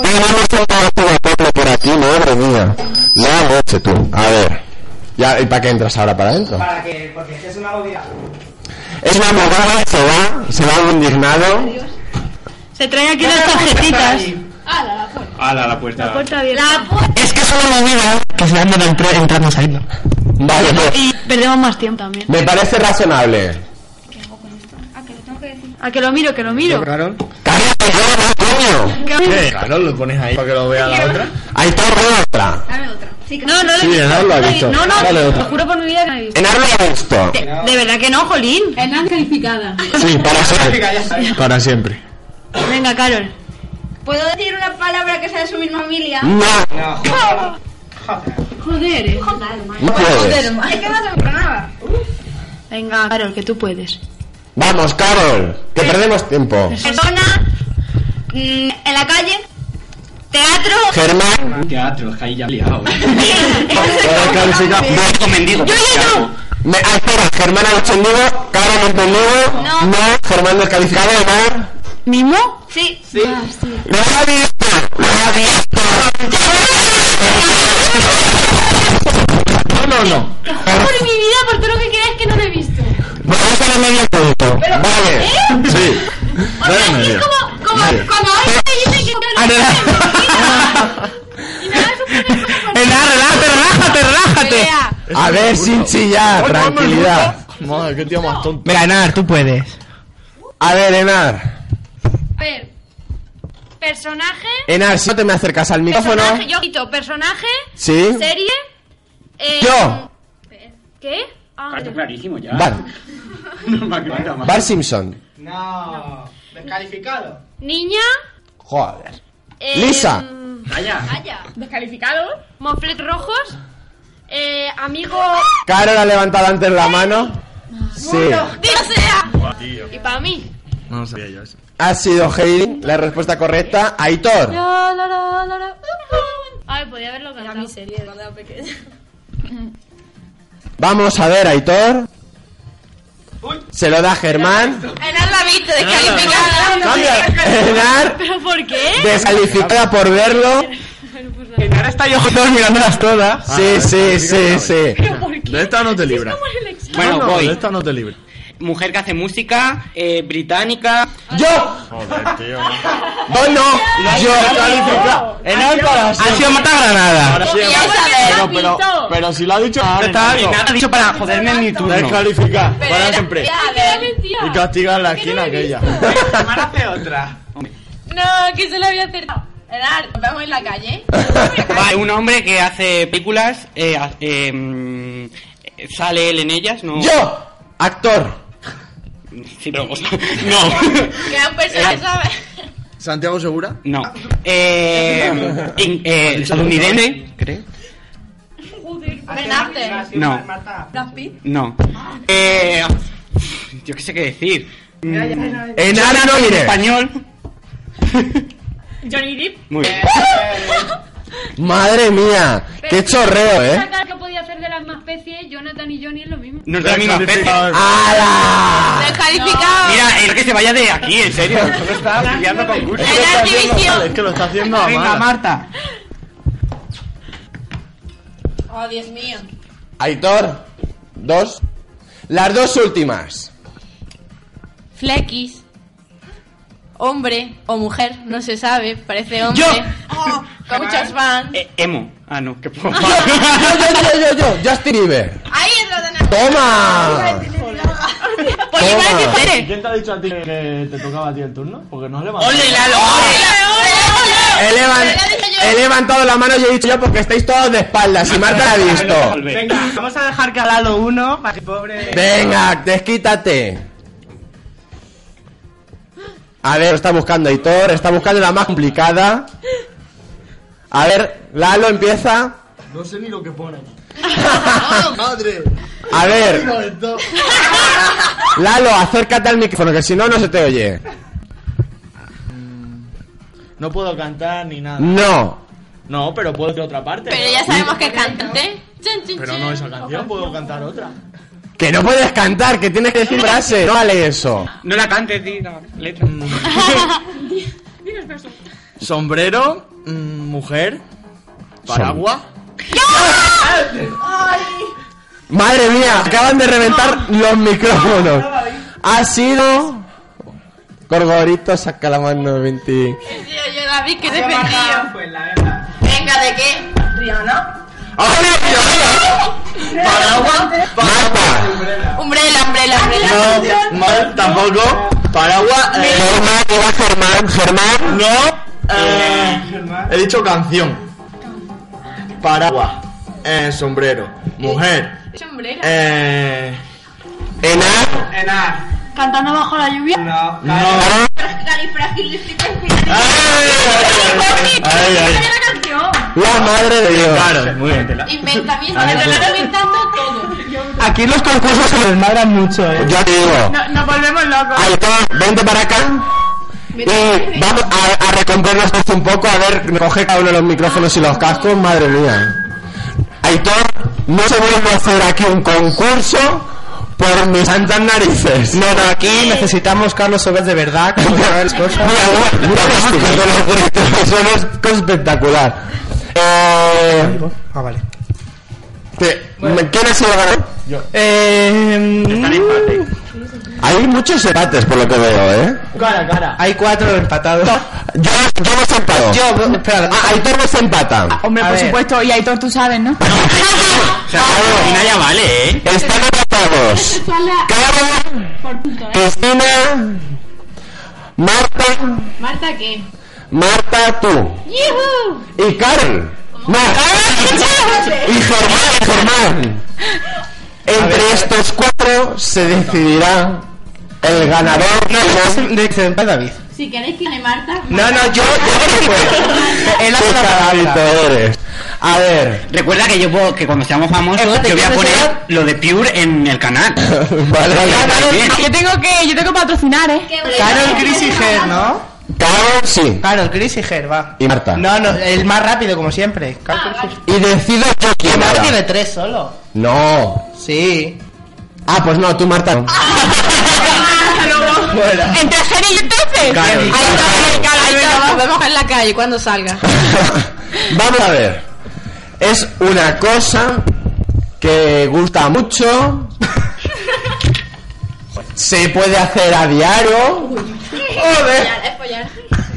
Speaker 2: Tenemos un pedazo de poplo por aquí madre mía no noche tú a ver ya y para qué entras ahora para adentro
Speaker 10: Para que, porque es una movida.
Speaker 2: es una abogada se va se va indignado
Speaker 5: Se trae aquí las tarjetitas.
Speaker 18: Ah,
Speaker 24: Ala, la puerta.
Speaker 5: abierta.
Speaker 25: Es que es una movida que se andan entr- entrando y saliendo.
Speaker 2: vale pues,
Speaker 5: Y perdemos más tiempo también.
Speaker 2: me parece razonable
Speaker 5: A Ah, que lo miro, que lo miro.
Speaker 2: ¡Cállate, Roma, coño!
Speaker 19: ¿Qué? Claro, lo pones ahí para que lo vea la otra.
Speaker 2: Ahí está Roma otra.
Speaker 5: Dame otra. No, no lo he
Speaker 2: Sí,
Speaker 5: visto.
Speaker 2: Enar lo ha
Speaker 5: no he
Speaker 2: visto.
Speaker 5: No, no,
Speaker 2: Dale otra.
Speaker 5: lo juro por mi vida que no he visto.
Speaker 2: En Arlo gusto.
Speaker 5: De, de verdad que no, Jolín.
Speaker 18: Hernán calificada.
Speaker 2: Sí, para siempre. Para siempre.
Speaker 5: Venga, Carol.
Speaker 4: ¿Puedo decir una palabra que sea de su misma familia?
Speaker 2: No,
Speaker 4: Joder, eh. Joder,
Speaker 2: no puedes.
Speaker 4: Es que no se me nada.
Speaker 5: Venga, Carol, que tú puedes.
Speaker 2: Vamos, Carol, que perdemos tiempo.
Speaker 4: Persona. mm, en la calle. Teatro.
Speaker 2: Germán,
Speaker 24: Teatro, ahí ya liado. mendigo.
Speaker 2: me, ah, espera, Germán ha entendido, Carol ha entendido,
Speaker 4: No.
Speaker 2: no, Germán descalificado, Omar.
Speaker 5: ¿Mimo?
Speaker 4: Sí.
Speaker 2: ¡Lo ha visto! ¡Lo ha visto! No, no, no.
Speaker 18: Por mi vida, por todo lo que creas que no lo he visto.
Speaker 2: Vamos a la media punto. Vale. Sí.
Speaker 18: ¿eh? O sea, es como, como
Speaker 2: Vale.
Speaker 18: cuando alguien me dice que no lo he visto. Y me da súper mal por-
Speaker 10: relájate, relájate.
Speaker 2: A ver, sin chillar, tranquilidad.
Speaker 19: Madre, qué tío más tonto.
Speaker 10: Mira, Enar, tú puedes.
Speaker 2: A ver, Enar.
Speaker 18: A ver. Personaje.
Speaker 2: Enar, si no te me acercas al micrófono.
Speaker 18: Personaje, yo quito personaje.
Speaker 2: Sí.
Speaker 18: Serie. eh,
Speaker 2: Yo.
Speaker 18: ¿Qué? Ah,
Speaker 24: clarísimo ya.
Speaker 2: Bar,
Speaker 24: No me acuerdo más.
Speaker 2: Bar Simpson.
Speaker 10: No. Descalificado.
Speaker 18: niña.
Speaker 2: Joder.
Speaker 18: eh,
Speaker 2: Lisa.
Speaker 24: Vaya.
Speaker 18: Vaya. Descalificado. Moflet rojos. Eh, amigo.
Speaker 2: Carol ha levantado antes la mano. Sí.
Speaker 18: ¡Dios sea! Y para mí.
Speaker 19: No sabía yo eso.
Speaker 2: Ha sido Heidi la respuesta correcta. Aitor.
Speaker 18: Ay, podía haberlo cantado.
Speaker 12: Era mi serie de cuando era pequeña.
Speaker 2: Vamos a ver, Aitor. Se lo da Germán.
Speaker 12: Enar la ha visto, descalificada.
Speaker 2: Cambia. Enar.
Speaker 12: ¿Pero por
Speaker 5: ¿eh?
Speaker 12: qué?
Speaker 2: Descalificada por verlo.
Speaker 10: Ahora está yo
Speaker 2: Todos mirándolas todas. Sí, sí, sí, sí.
Speaker 13: De esta no te libra.
Speaker 10: Bueno,
Speaker 13: No, no,
Speaker 10: voy.
Speaker 13: De esta no te libra.
Speaker 10: Mujer que hace música, eh, británica.
Speaker 2: ¡Yo! oh,
Speaker 13: Joder, tío.
Speaker 2: ¡No, no!
Speaker 10: ¡Yo!
Speaker 13: En alta.
Speaker 10: Ha sido Matagranadas.
Speaker 13: Ahora sí,
Speaker 10: Confiesa,
Speaker 13: pero, pero, pero si lo ha dicho.
Speaker 10: Está bien, nada ha dicho para joderme en mi turno.
Speaker 13: Descalificar. Para siempre. Y
Speaker 10: Y ca-
Speaker 13: castigar a la esquina aquella.
Speaker 10: otra.
Speaker 12: No, que se lo había acertado. Enar, nos vemos en la calle.
Speaker 10: Vale, un hombre que hace películas, eh, ha- eh, mm, sale él en ellas, ¿no?
Speaker 2: ¡Yo! Actor.
Speaker 10: Sí, pero, o sea, no.
Speaker 12: Que un personaje,
Speaker 10: Eh.
Speaker 12: ¿sabes?
Speaker 13: ¿Santiago Segura?
Speaker 10: No. Eh, in- eh, estadounidense. ¿Cree?
Speaker 12: Ben After.
Speaker 10: No.
Speaker 12: Brad Pitt.
Speaker 10: No. Eh, yo qué sé qué decir.
Speaker 2: En árabe no
Speaker 10: en
Speaker 2: diré.
Speaker 10: español.
Speaker 29: Johnny Depp. Eh,
Speaker 10: Muy bien.
Speaker 2: Madre mía, qué chorreo, eh.
Speaker 5: Sacar que podía hacer de la misma especie, Jonathan y Johnny es lo mismo.
Speaker 10: No es de la misma especie.
Speaker 2: Ah.
Speaker 12: Descalificado.
Speaker 10: Mira, el que se vaya de aquí, en serio. Solo está pillando concurso.
Speaker 13: Es que lo está haciendo mal, Es que lo está haciendo a
Speaker 10: Venga,
Speaker 13: mal.
Speaker 10: Marta.
Speaker 12: Oh, Dios mío.
Speaker 2: Aitor, dos. Las dos últimas.
Speaker 12: Flequis. Hombre o mujer, no se sabe, parece hombre. Oh, con muchos fans.
Speaker 10: Emo. Ah, no, qué poco.
Speaker 2: Yo, yo, yo, yo, yo, Justin Bieber.
Speaker 12: Ahí es lo tenemos.
Speaker 2: ¡Toma!
Speaker 12: Pues iba a decir
Speaker 2: Toma.
Speaker 12: Tere.
Speaker 13: ¿Quién te ha dicho a ti que te tocaba a ti el turno? Porque no has levantado.
Speaker 10: ¡Ole, Lalo!
Speaker 2: He, levan- he levantado la mano y he dicho yo porque estáis todos de espaldas y Marta la ha visto.
Speaker 15: Venga, vamos a dejar que Lalo uno para que pobre.
Speaker 2: Venga, desquítate. A ver, está buscando Aitor, está buscando la más complicada. A ver, Lalo empieza.
Speaker 13: No sé ni lo que pone. ¡Madre!
Speaker 2: A ver, Lalo, acércate al micrófono que si no, no se te oye.
Speaker 13: No puedo cantar ni nada.
Speaker 2: No.
Speaker 13: No, pero puedo hacer otra parte.
Speaker 12: Pero ya sabemos que es cantante. Chin, chin,
Speaker 13: Pero
Speaker 12: chin.
Speaker 13: no esa canción, puedo cantar otra.
Speaker 2: Que no puedes cantar, que tienes que decir frase. No vale eso.
Speaker 10: No la cantes, tío. la Letra.
Speaker 13: Mm. Sombrero, mm, mujer, paraguas.
Speaker 2: Madre mía, acaban de reventar los micrófonos. Ha sido. Gorgorito saca la mano 20.
Speaker 12: Tío, yo la vi que defendido. Venga, ¿de qué? Rihanna.
Speaker 13: Paraguas.
Speaker 12: Umbrella, umbrella, umbrella.
Speaker 13: No, mal, tampoco. Paraguas. eh,
Speaker 2: Germán, lleva Germán, Germán.
Speaker 13: no. eh, he dicho canción. Paraguas. eh, sombrero. Mujer.
Speaker 12: Es Umbrella.
Speaker 13: Eh,
Speaker 2: Enar.
Speaker 12: ¿Cantando bajo la lluvia? No.
Speaker 13: No. Ay, ay.
Speaker 2: La madre de Dios.
Speaker 13: Claro, muy bien.
Speaker 12: Inventa mismo,
Speaker 15: Ahí
Speaker 12: le
Speaker 15: está.
Speaker 12: están inventando todo.
Speaker 15: Aquí los concursos se desmadran mucho, eh.
Speaker 2: Yo te digo.
Speaker 29: No, nos volvemos locos.
Speaker 2: Aitor, vente para acá. Y vamos a, a recomponernos esto un poco. A ver, coge cada uno los micrófonos y los cascos. Madre mía. Aitor, no se vuelve a hacer aquí un concurso por mis santas narices.
Speaker 15: No, no, aquí necesitamos Carlos Sobes de verdad, como sabe las cosas.
Speaker 2: Mira, mira, mira, te lo juro, Eso no es cosa espectacular. Eh,
Speaker 15: Ah, vale.
Speaker 2: te- ¿Quién ha sido el ganador?
Speaker 15: Eh,
Speaker 2: Hay muchos empates por lo que veo, ¿eh?
Speaker 13: Cara, cara.
Speaker 15: hay cuatro empatados.
Speaker 2: Yo, yo no empado.
Speaker 15: Yo, espera.
Speaker 2: Ah, Aitor no se empata.
Speaker 29: Hombre,
Speaker 15: A
Speaker 29: por
Speaker 15: ver.
Speaker 29: supuesto. Y Aitor, tú sabes, ¿no?
Speaker 10: Cristina ya vale, ¿eh?
Speaker 2: Están empatados. Cara,
Speaker 12: ¿eh?
Speaker 2: Cristina, Marta,
Speaker 12: ¿Marta qué?
Speaker 2: Marta, tú.
Speaker 12: ¡Yuhu!
Speaker 2: Y Carl. No.
Speaker 29: Ah,
Speaker 2: Y Germán, y Germán. Entre estos cuatro se decidirá el ganador. final.
Speaker 15: De excelente David.
Speaker 12: Si queréis que gane Marta.
Speaker 15: No, no, yo. Él
Speaker 2: Qué
Speaker 15: hace la
Speaker 2: cagadito
Speaker 15: palabra.
Speaker 2: eres. A ver.
Speaker 10: Recuerda que yo puedo- que cuando seamos famosos,
Speaker 15: Espérate,
Speaker 10: yo voy a
Speaker 15: ¿quieres
Speaker 10: poner
Speaker 15: llegar?
Speaker 10: lo de Pure en el canal.
Speaker 2: Vale.
Speaker 29: Yo tengo que, yo tengo que patrocinar, ¿eh?
Speaker 15: Carol, Chris y Ger, ¿no?
Speaker 13: Caron, sí.
Speaker 10: Carol, Chris y Ger, va.
Speaker 13: Y Marta.
Speaker 10: No, no, el más rápido, como siempre. Carol, Chris
Speaker 13: Y decido yo
Speaker 10: y
Speaker 13: quién
Speaker 10: Marta
Speaker 13: era.
Speaker 10: tiene tres solo.
Speaker 13: No.
Speaker 10: Sí.
Speaker 13: Ah, pues no, tú Marta. no. Fuera.
Speaker 12: Entre Ger y entonces.
Speaker 13: Claro.
Speaker 12: Ahí está, ahí está, nos vemos en la calle cuando salga.
Speaker 13: Vamos a ver. Es una cosa que gusta mucho. Se puede hacer a diario.
Speaker 12: Joder. Es follar.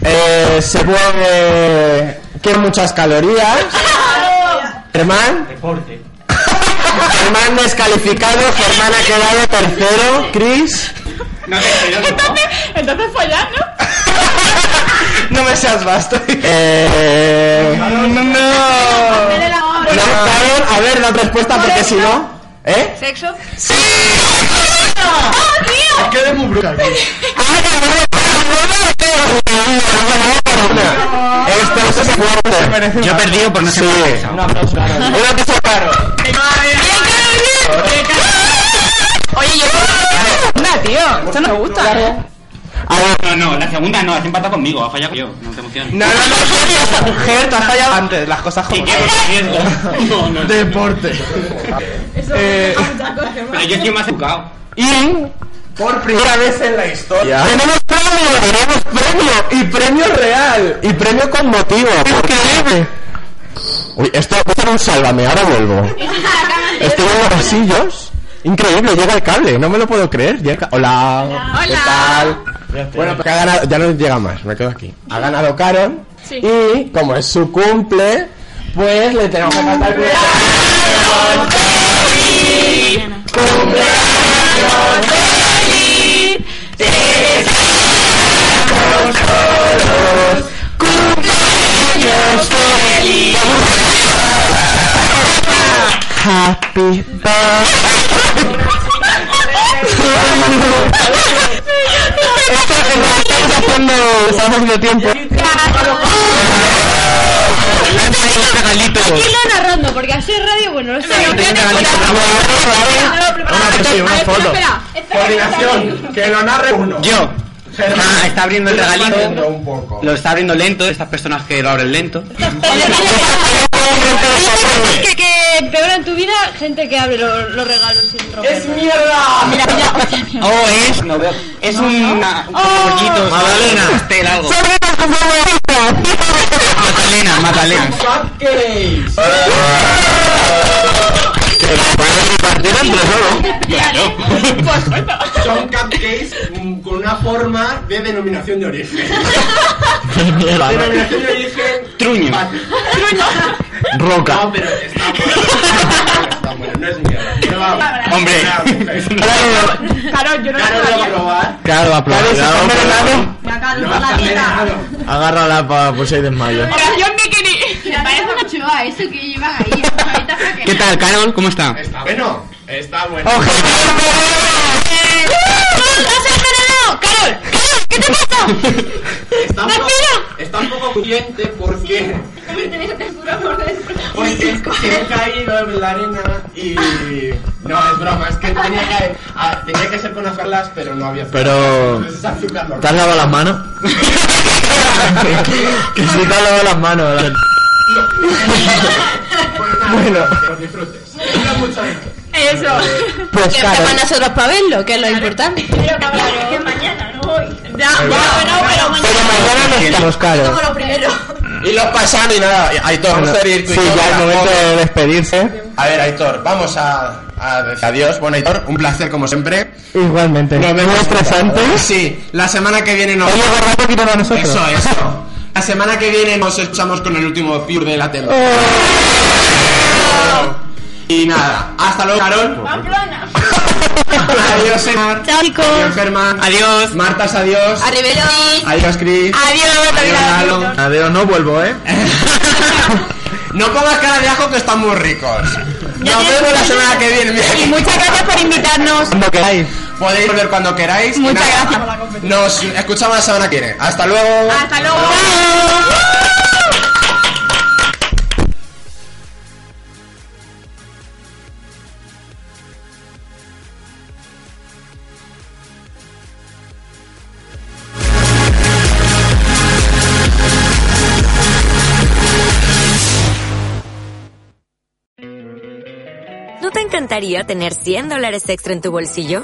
Speaker 13: eh, se puede. Tiene muchas calorías.
Speaker 29: Ah,
Speaker 13: Germán. Germán descalificado. Germán ha quedado tercero. Chris.
Speaker 12: Entonces, entonces follar, ¿no?
Speaker 13: No me seas basta. Eh... No, no, no. Caron, a ver, la respuesta porque si no. ¿Eh?
Speaker 12: ¿Sexo?
Speaker 13: ¡Sí!
Speaker 12: ¡Oh, tío!
Speaker 13: que eres muy brutal. Esto se puede. Yo he perdido por no ser sí. Un aplauso, Caron. Un aplauso, Caron.
Speaker 12: Oye, yo
Speaker 10: Una, tío. Esto no me gusta.
Speaker 8: Ah, No, no, la segunda no, has empatado conmigo, ha fallado yo, no te emociones.
Speaker 10: No, no, no. Ger, te has fallado antes. Las cosas como.
Speaker 13: Deporte.
Speaker 10: Eh,
Speaker 8: Pero yo estoy más educado.
Speaker 13: Y
Speaker 10: por primera vez en la historia.
Speaker 13: Tenemos premio, tenemos premio y premio real y premio con motivo. Uy, esto va a ser un sálvame, ahora vuelvo. Estoy en los pasillos. Increíble, llega el cable, no me lo puedo creer. Llega... Hola, ¿qué tal? Bueno, pues ha ganado, ya no llega más, me quedo aquí. Ha ganado Caron y como es su cumple, pues le tenemos que cantar Happy Esto estamos haciendo, estamos haciendo tiempo.
Speaker 5: Aquí lo narrando, porque así es radio, bueno, no sé.
Speaker 13: una foto.
Speaker 10: Coordinación, que lo narre uno.
Speaker 8: Yo. Ah, está abriendo el regalito.
Speaker 13: Un poco.
Speaker 8: Lo está abriendo lento, estas personas que lo abren lento.
Speaker 5: Que, que empeora en tu vida gente que abre lo- los regalos sin ropa. ¡Es
Speaker 10: mierda!
Speaker 5: Mira,
Speaker 8: Oh,
Speaker 10: eh.
Speaker 8: es. No veo. Es una. Un
Speaker 13: Oh.
Speaker 8: pollito. Magdalena. Pastel, algo. Magdalena, Magdalena.
Speaker 13: Claro.
Speaker 2: Son cupcakes mm, con una forma de denominación de origen. denominación de origen.
Speaker 8: Truño.
Speaker 13: Roca.
Speaker 8: Hombre.
Speaker 10: Carol, yo no lo voy a probar.
Speaker 13: Claro, aplausos.
Speaker 12: Pero
Speaker 13: Agárrala para pues hay desmayo.
Speaker 12: yo en bikini. Me parece mucho a eso que llevan ahí.
Speaker 8: ¿Qué tal, Carol? ¿Cómo está?
Speaker 2: Está bueno. Está bueno.
Speaker 12: ¡Uh! ¡Carol! ¿Qué te pasa?
Speaker 2: Está un, poco, está un poco crujiente porque. Porque se ha caído en la arena y. No, es broma, es que tenía que, ah, tenía que ser con azúcarlas, pero no había azúcar.
Speaker 13: Pero-
Speaker 2: Entonces es
Speaker 8: Ah,
Speaker 2: azúcar
Speaker 13: ¿Te has
Speaker 2: normal.
Speaker 13: lavado las manos? que si te has lavado las manos. la- Bueno,
Speaker 12: Eso.
Speaker 13: Pues
Speaker 12: que
Speaker 13: claro.
Speaker 12: estamos nosotros para verlo, que es lo importante. Pero cabrón, que mañana no voy. Ya, bueno, pero mañana.
Speaker 13: ahora no estamos caros.
Speaker 12: Como lo primero.
Speaker 13: Y los pasaron y nada. Aitor,
Speaker 2: vamos a ir
Speaker 13: Sí,
Speaker 2: con
Speaker 13: ya es
Speaker 2: la
Speaker 13: momento
Speaker 2: joven.
Speaker 13: de despedirse.
Speaker 2: A ver, Aitor, vamos a, a decir adiós. Bueno, Aitor, un placer como siempre.
Speaker 13: Igualmente.
Speaker 2: Nos vemos Ah,
Speaker 13: estresantes.
Speaker 2: Sí, la semana que viene nos.
Speaker 13: Oye, guarda un poquito para nosotros.
Speaker 2: Eso, eso. La semana que viene nos echamos con el último Pure de la temporada.
Speaker 13: Oh.
Speaker 12: ¡Oh!
Speaker 1: Ah.
Speaker 2: Y nada, hasta luego, Carol. adiós, Emma.
Speaker 5: Chao, chicos.
Speaker 2: Adiós, Germán. Adiós. Martas, adiós.
Speaker 12: Arrivederci.
Speaker 2: Adiós, Chris.
Speaker 12: Adiós,
Speaker 2: Lalo.
Speaker 13: Adiós, no vuelvo, ¿eh?
Speaker 2: No pongas cara de ajo que están muy ricos.
Speaker 12: Ya
Speaker 2: Nos
Speaker 12: tienes
Speaker 2: vemos la
Speaker 12: mucho-
Speaker 2: semana que viene.
Speaker 12: Y muchas gracias por invitarnos.
Speaker 13: Cuando queráis.
Speaker 2: Podéis volver cuando queráis. Y
Speaker 12: Muchas
Speaker 2: nada,
Speaker 12: gracias.
Speaker 2: Nos escuchamos la semana que viene. Hasta luego.
Speaker 12: Hasta luego.
Speaker 15: ¿No te encantaría tener 100 dólares extra en tu bolsillo?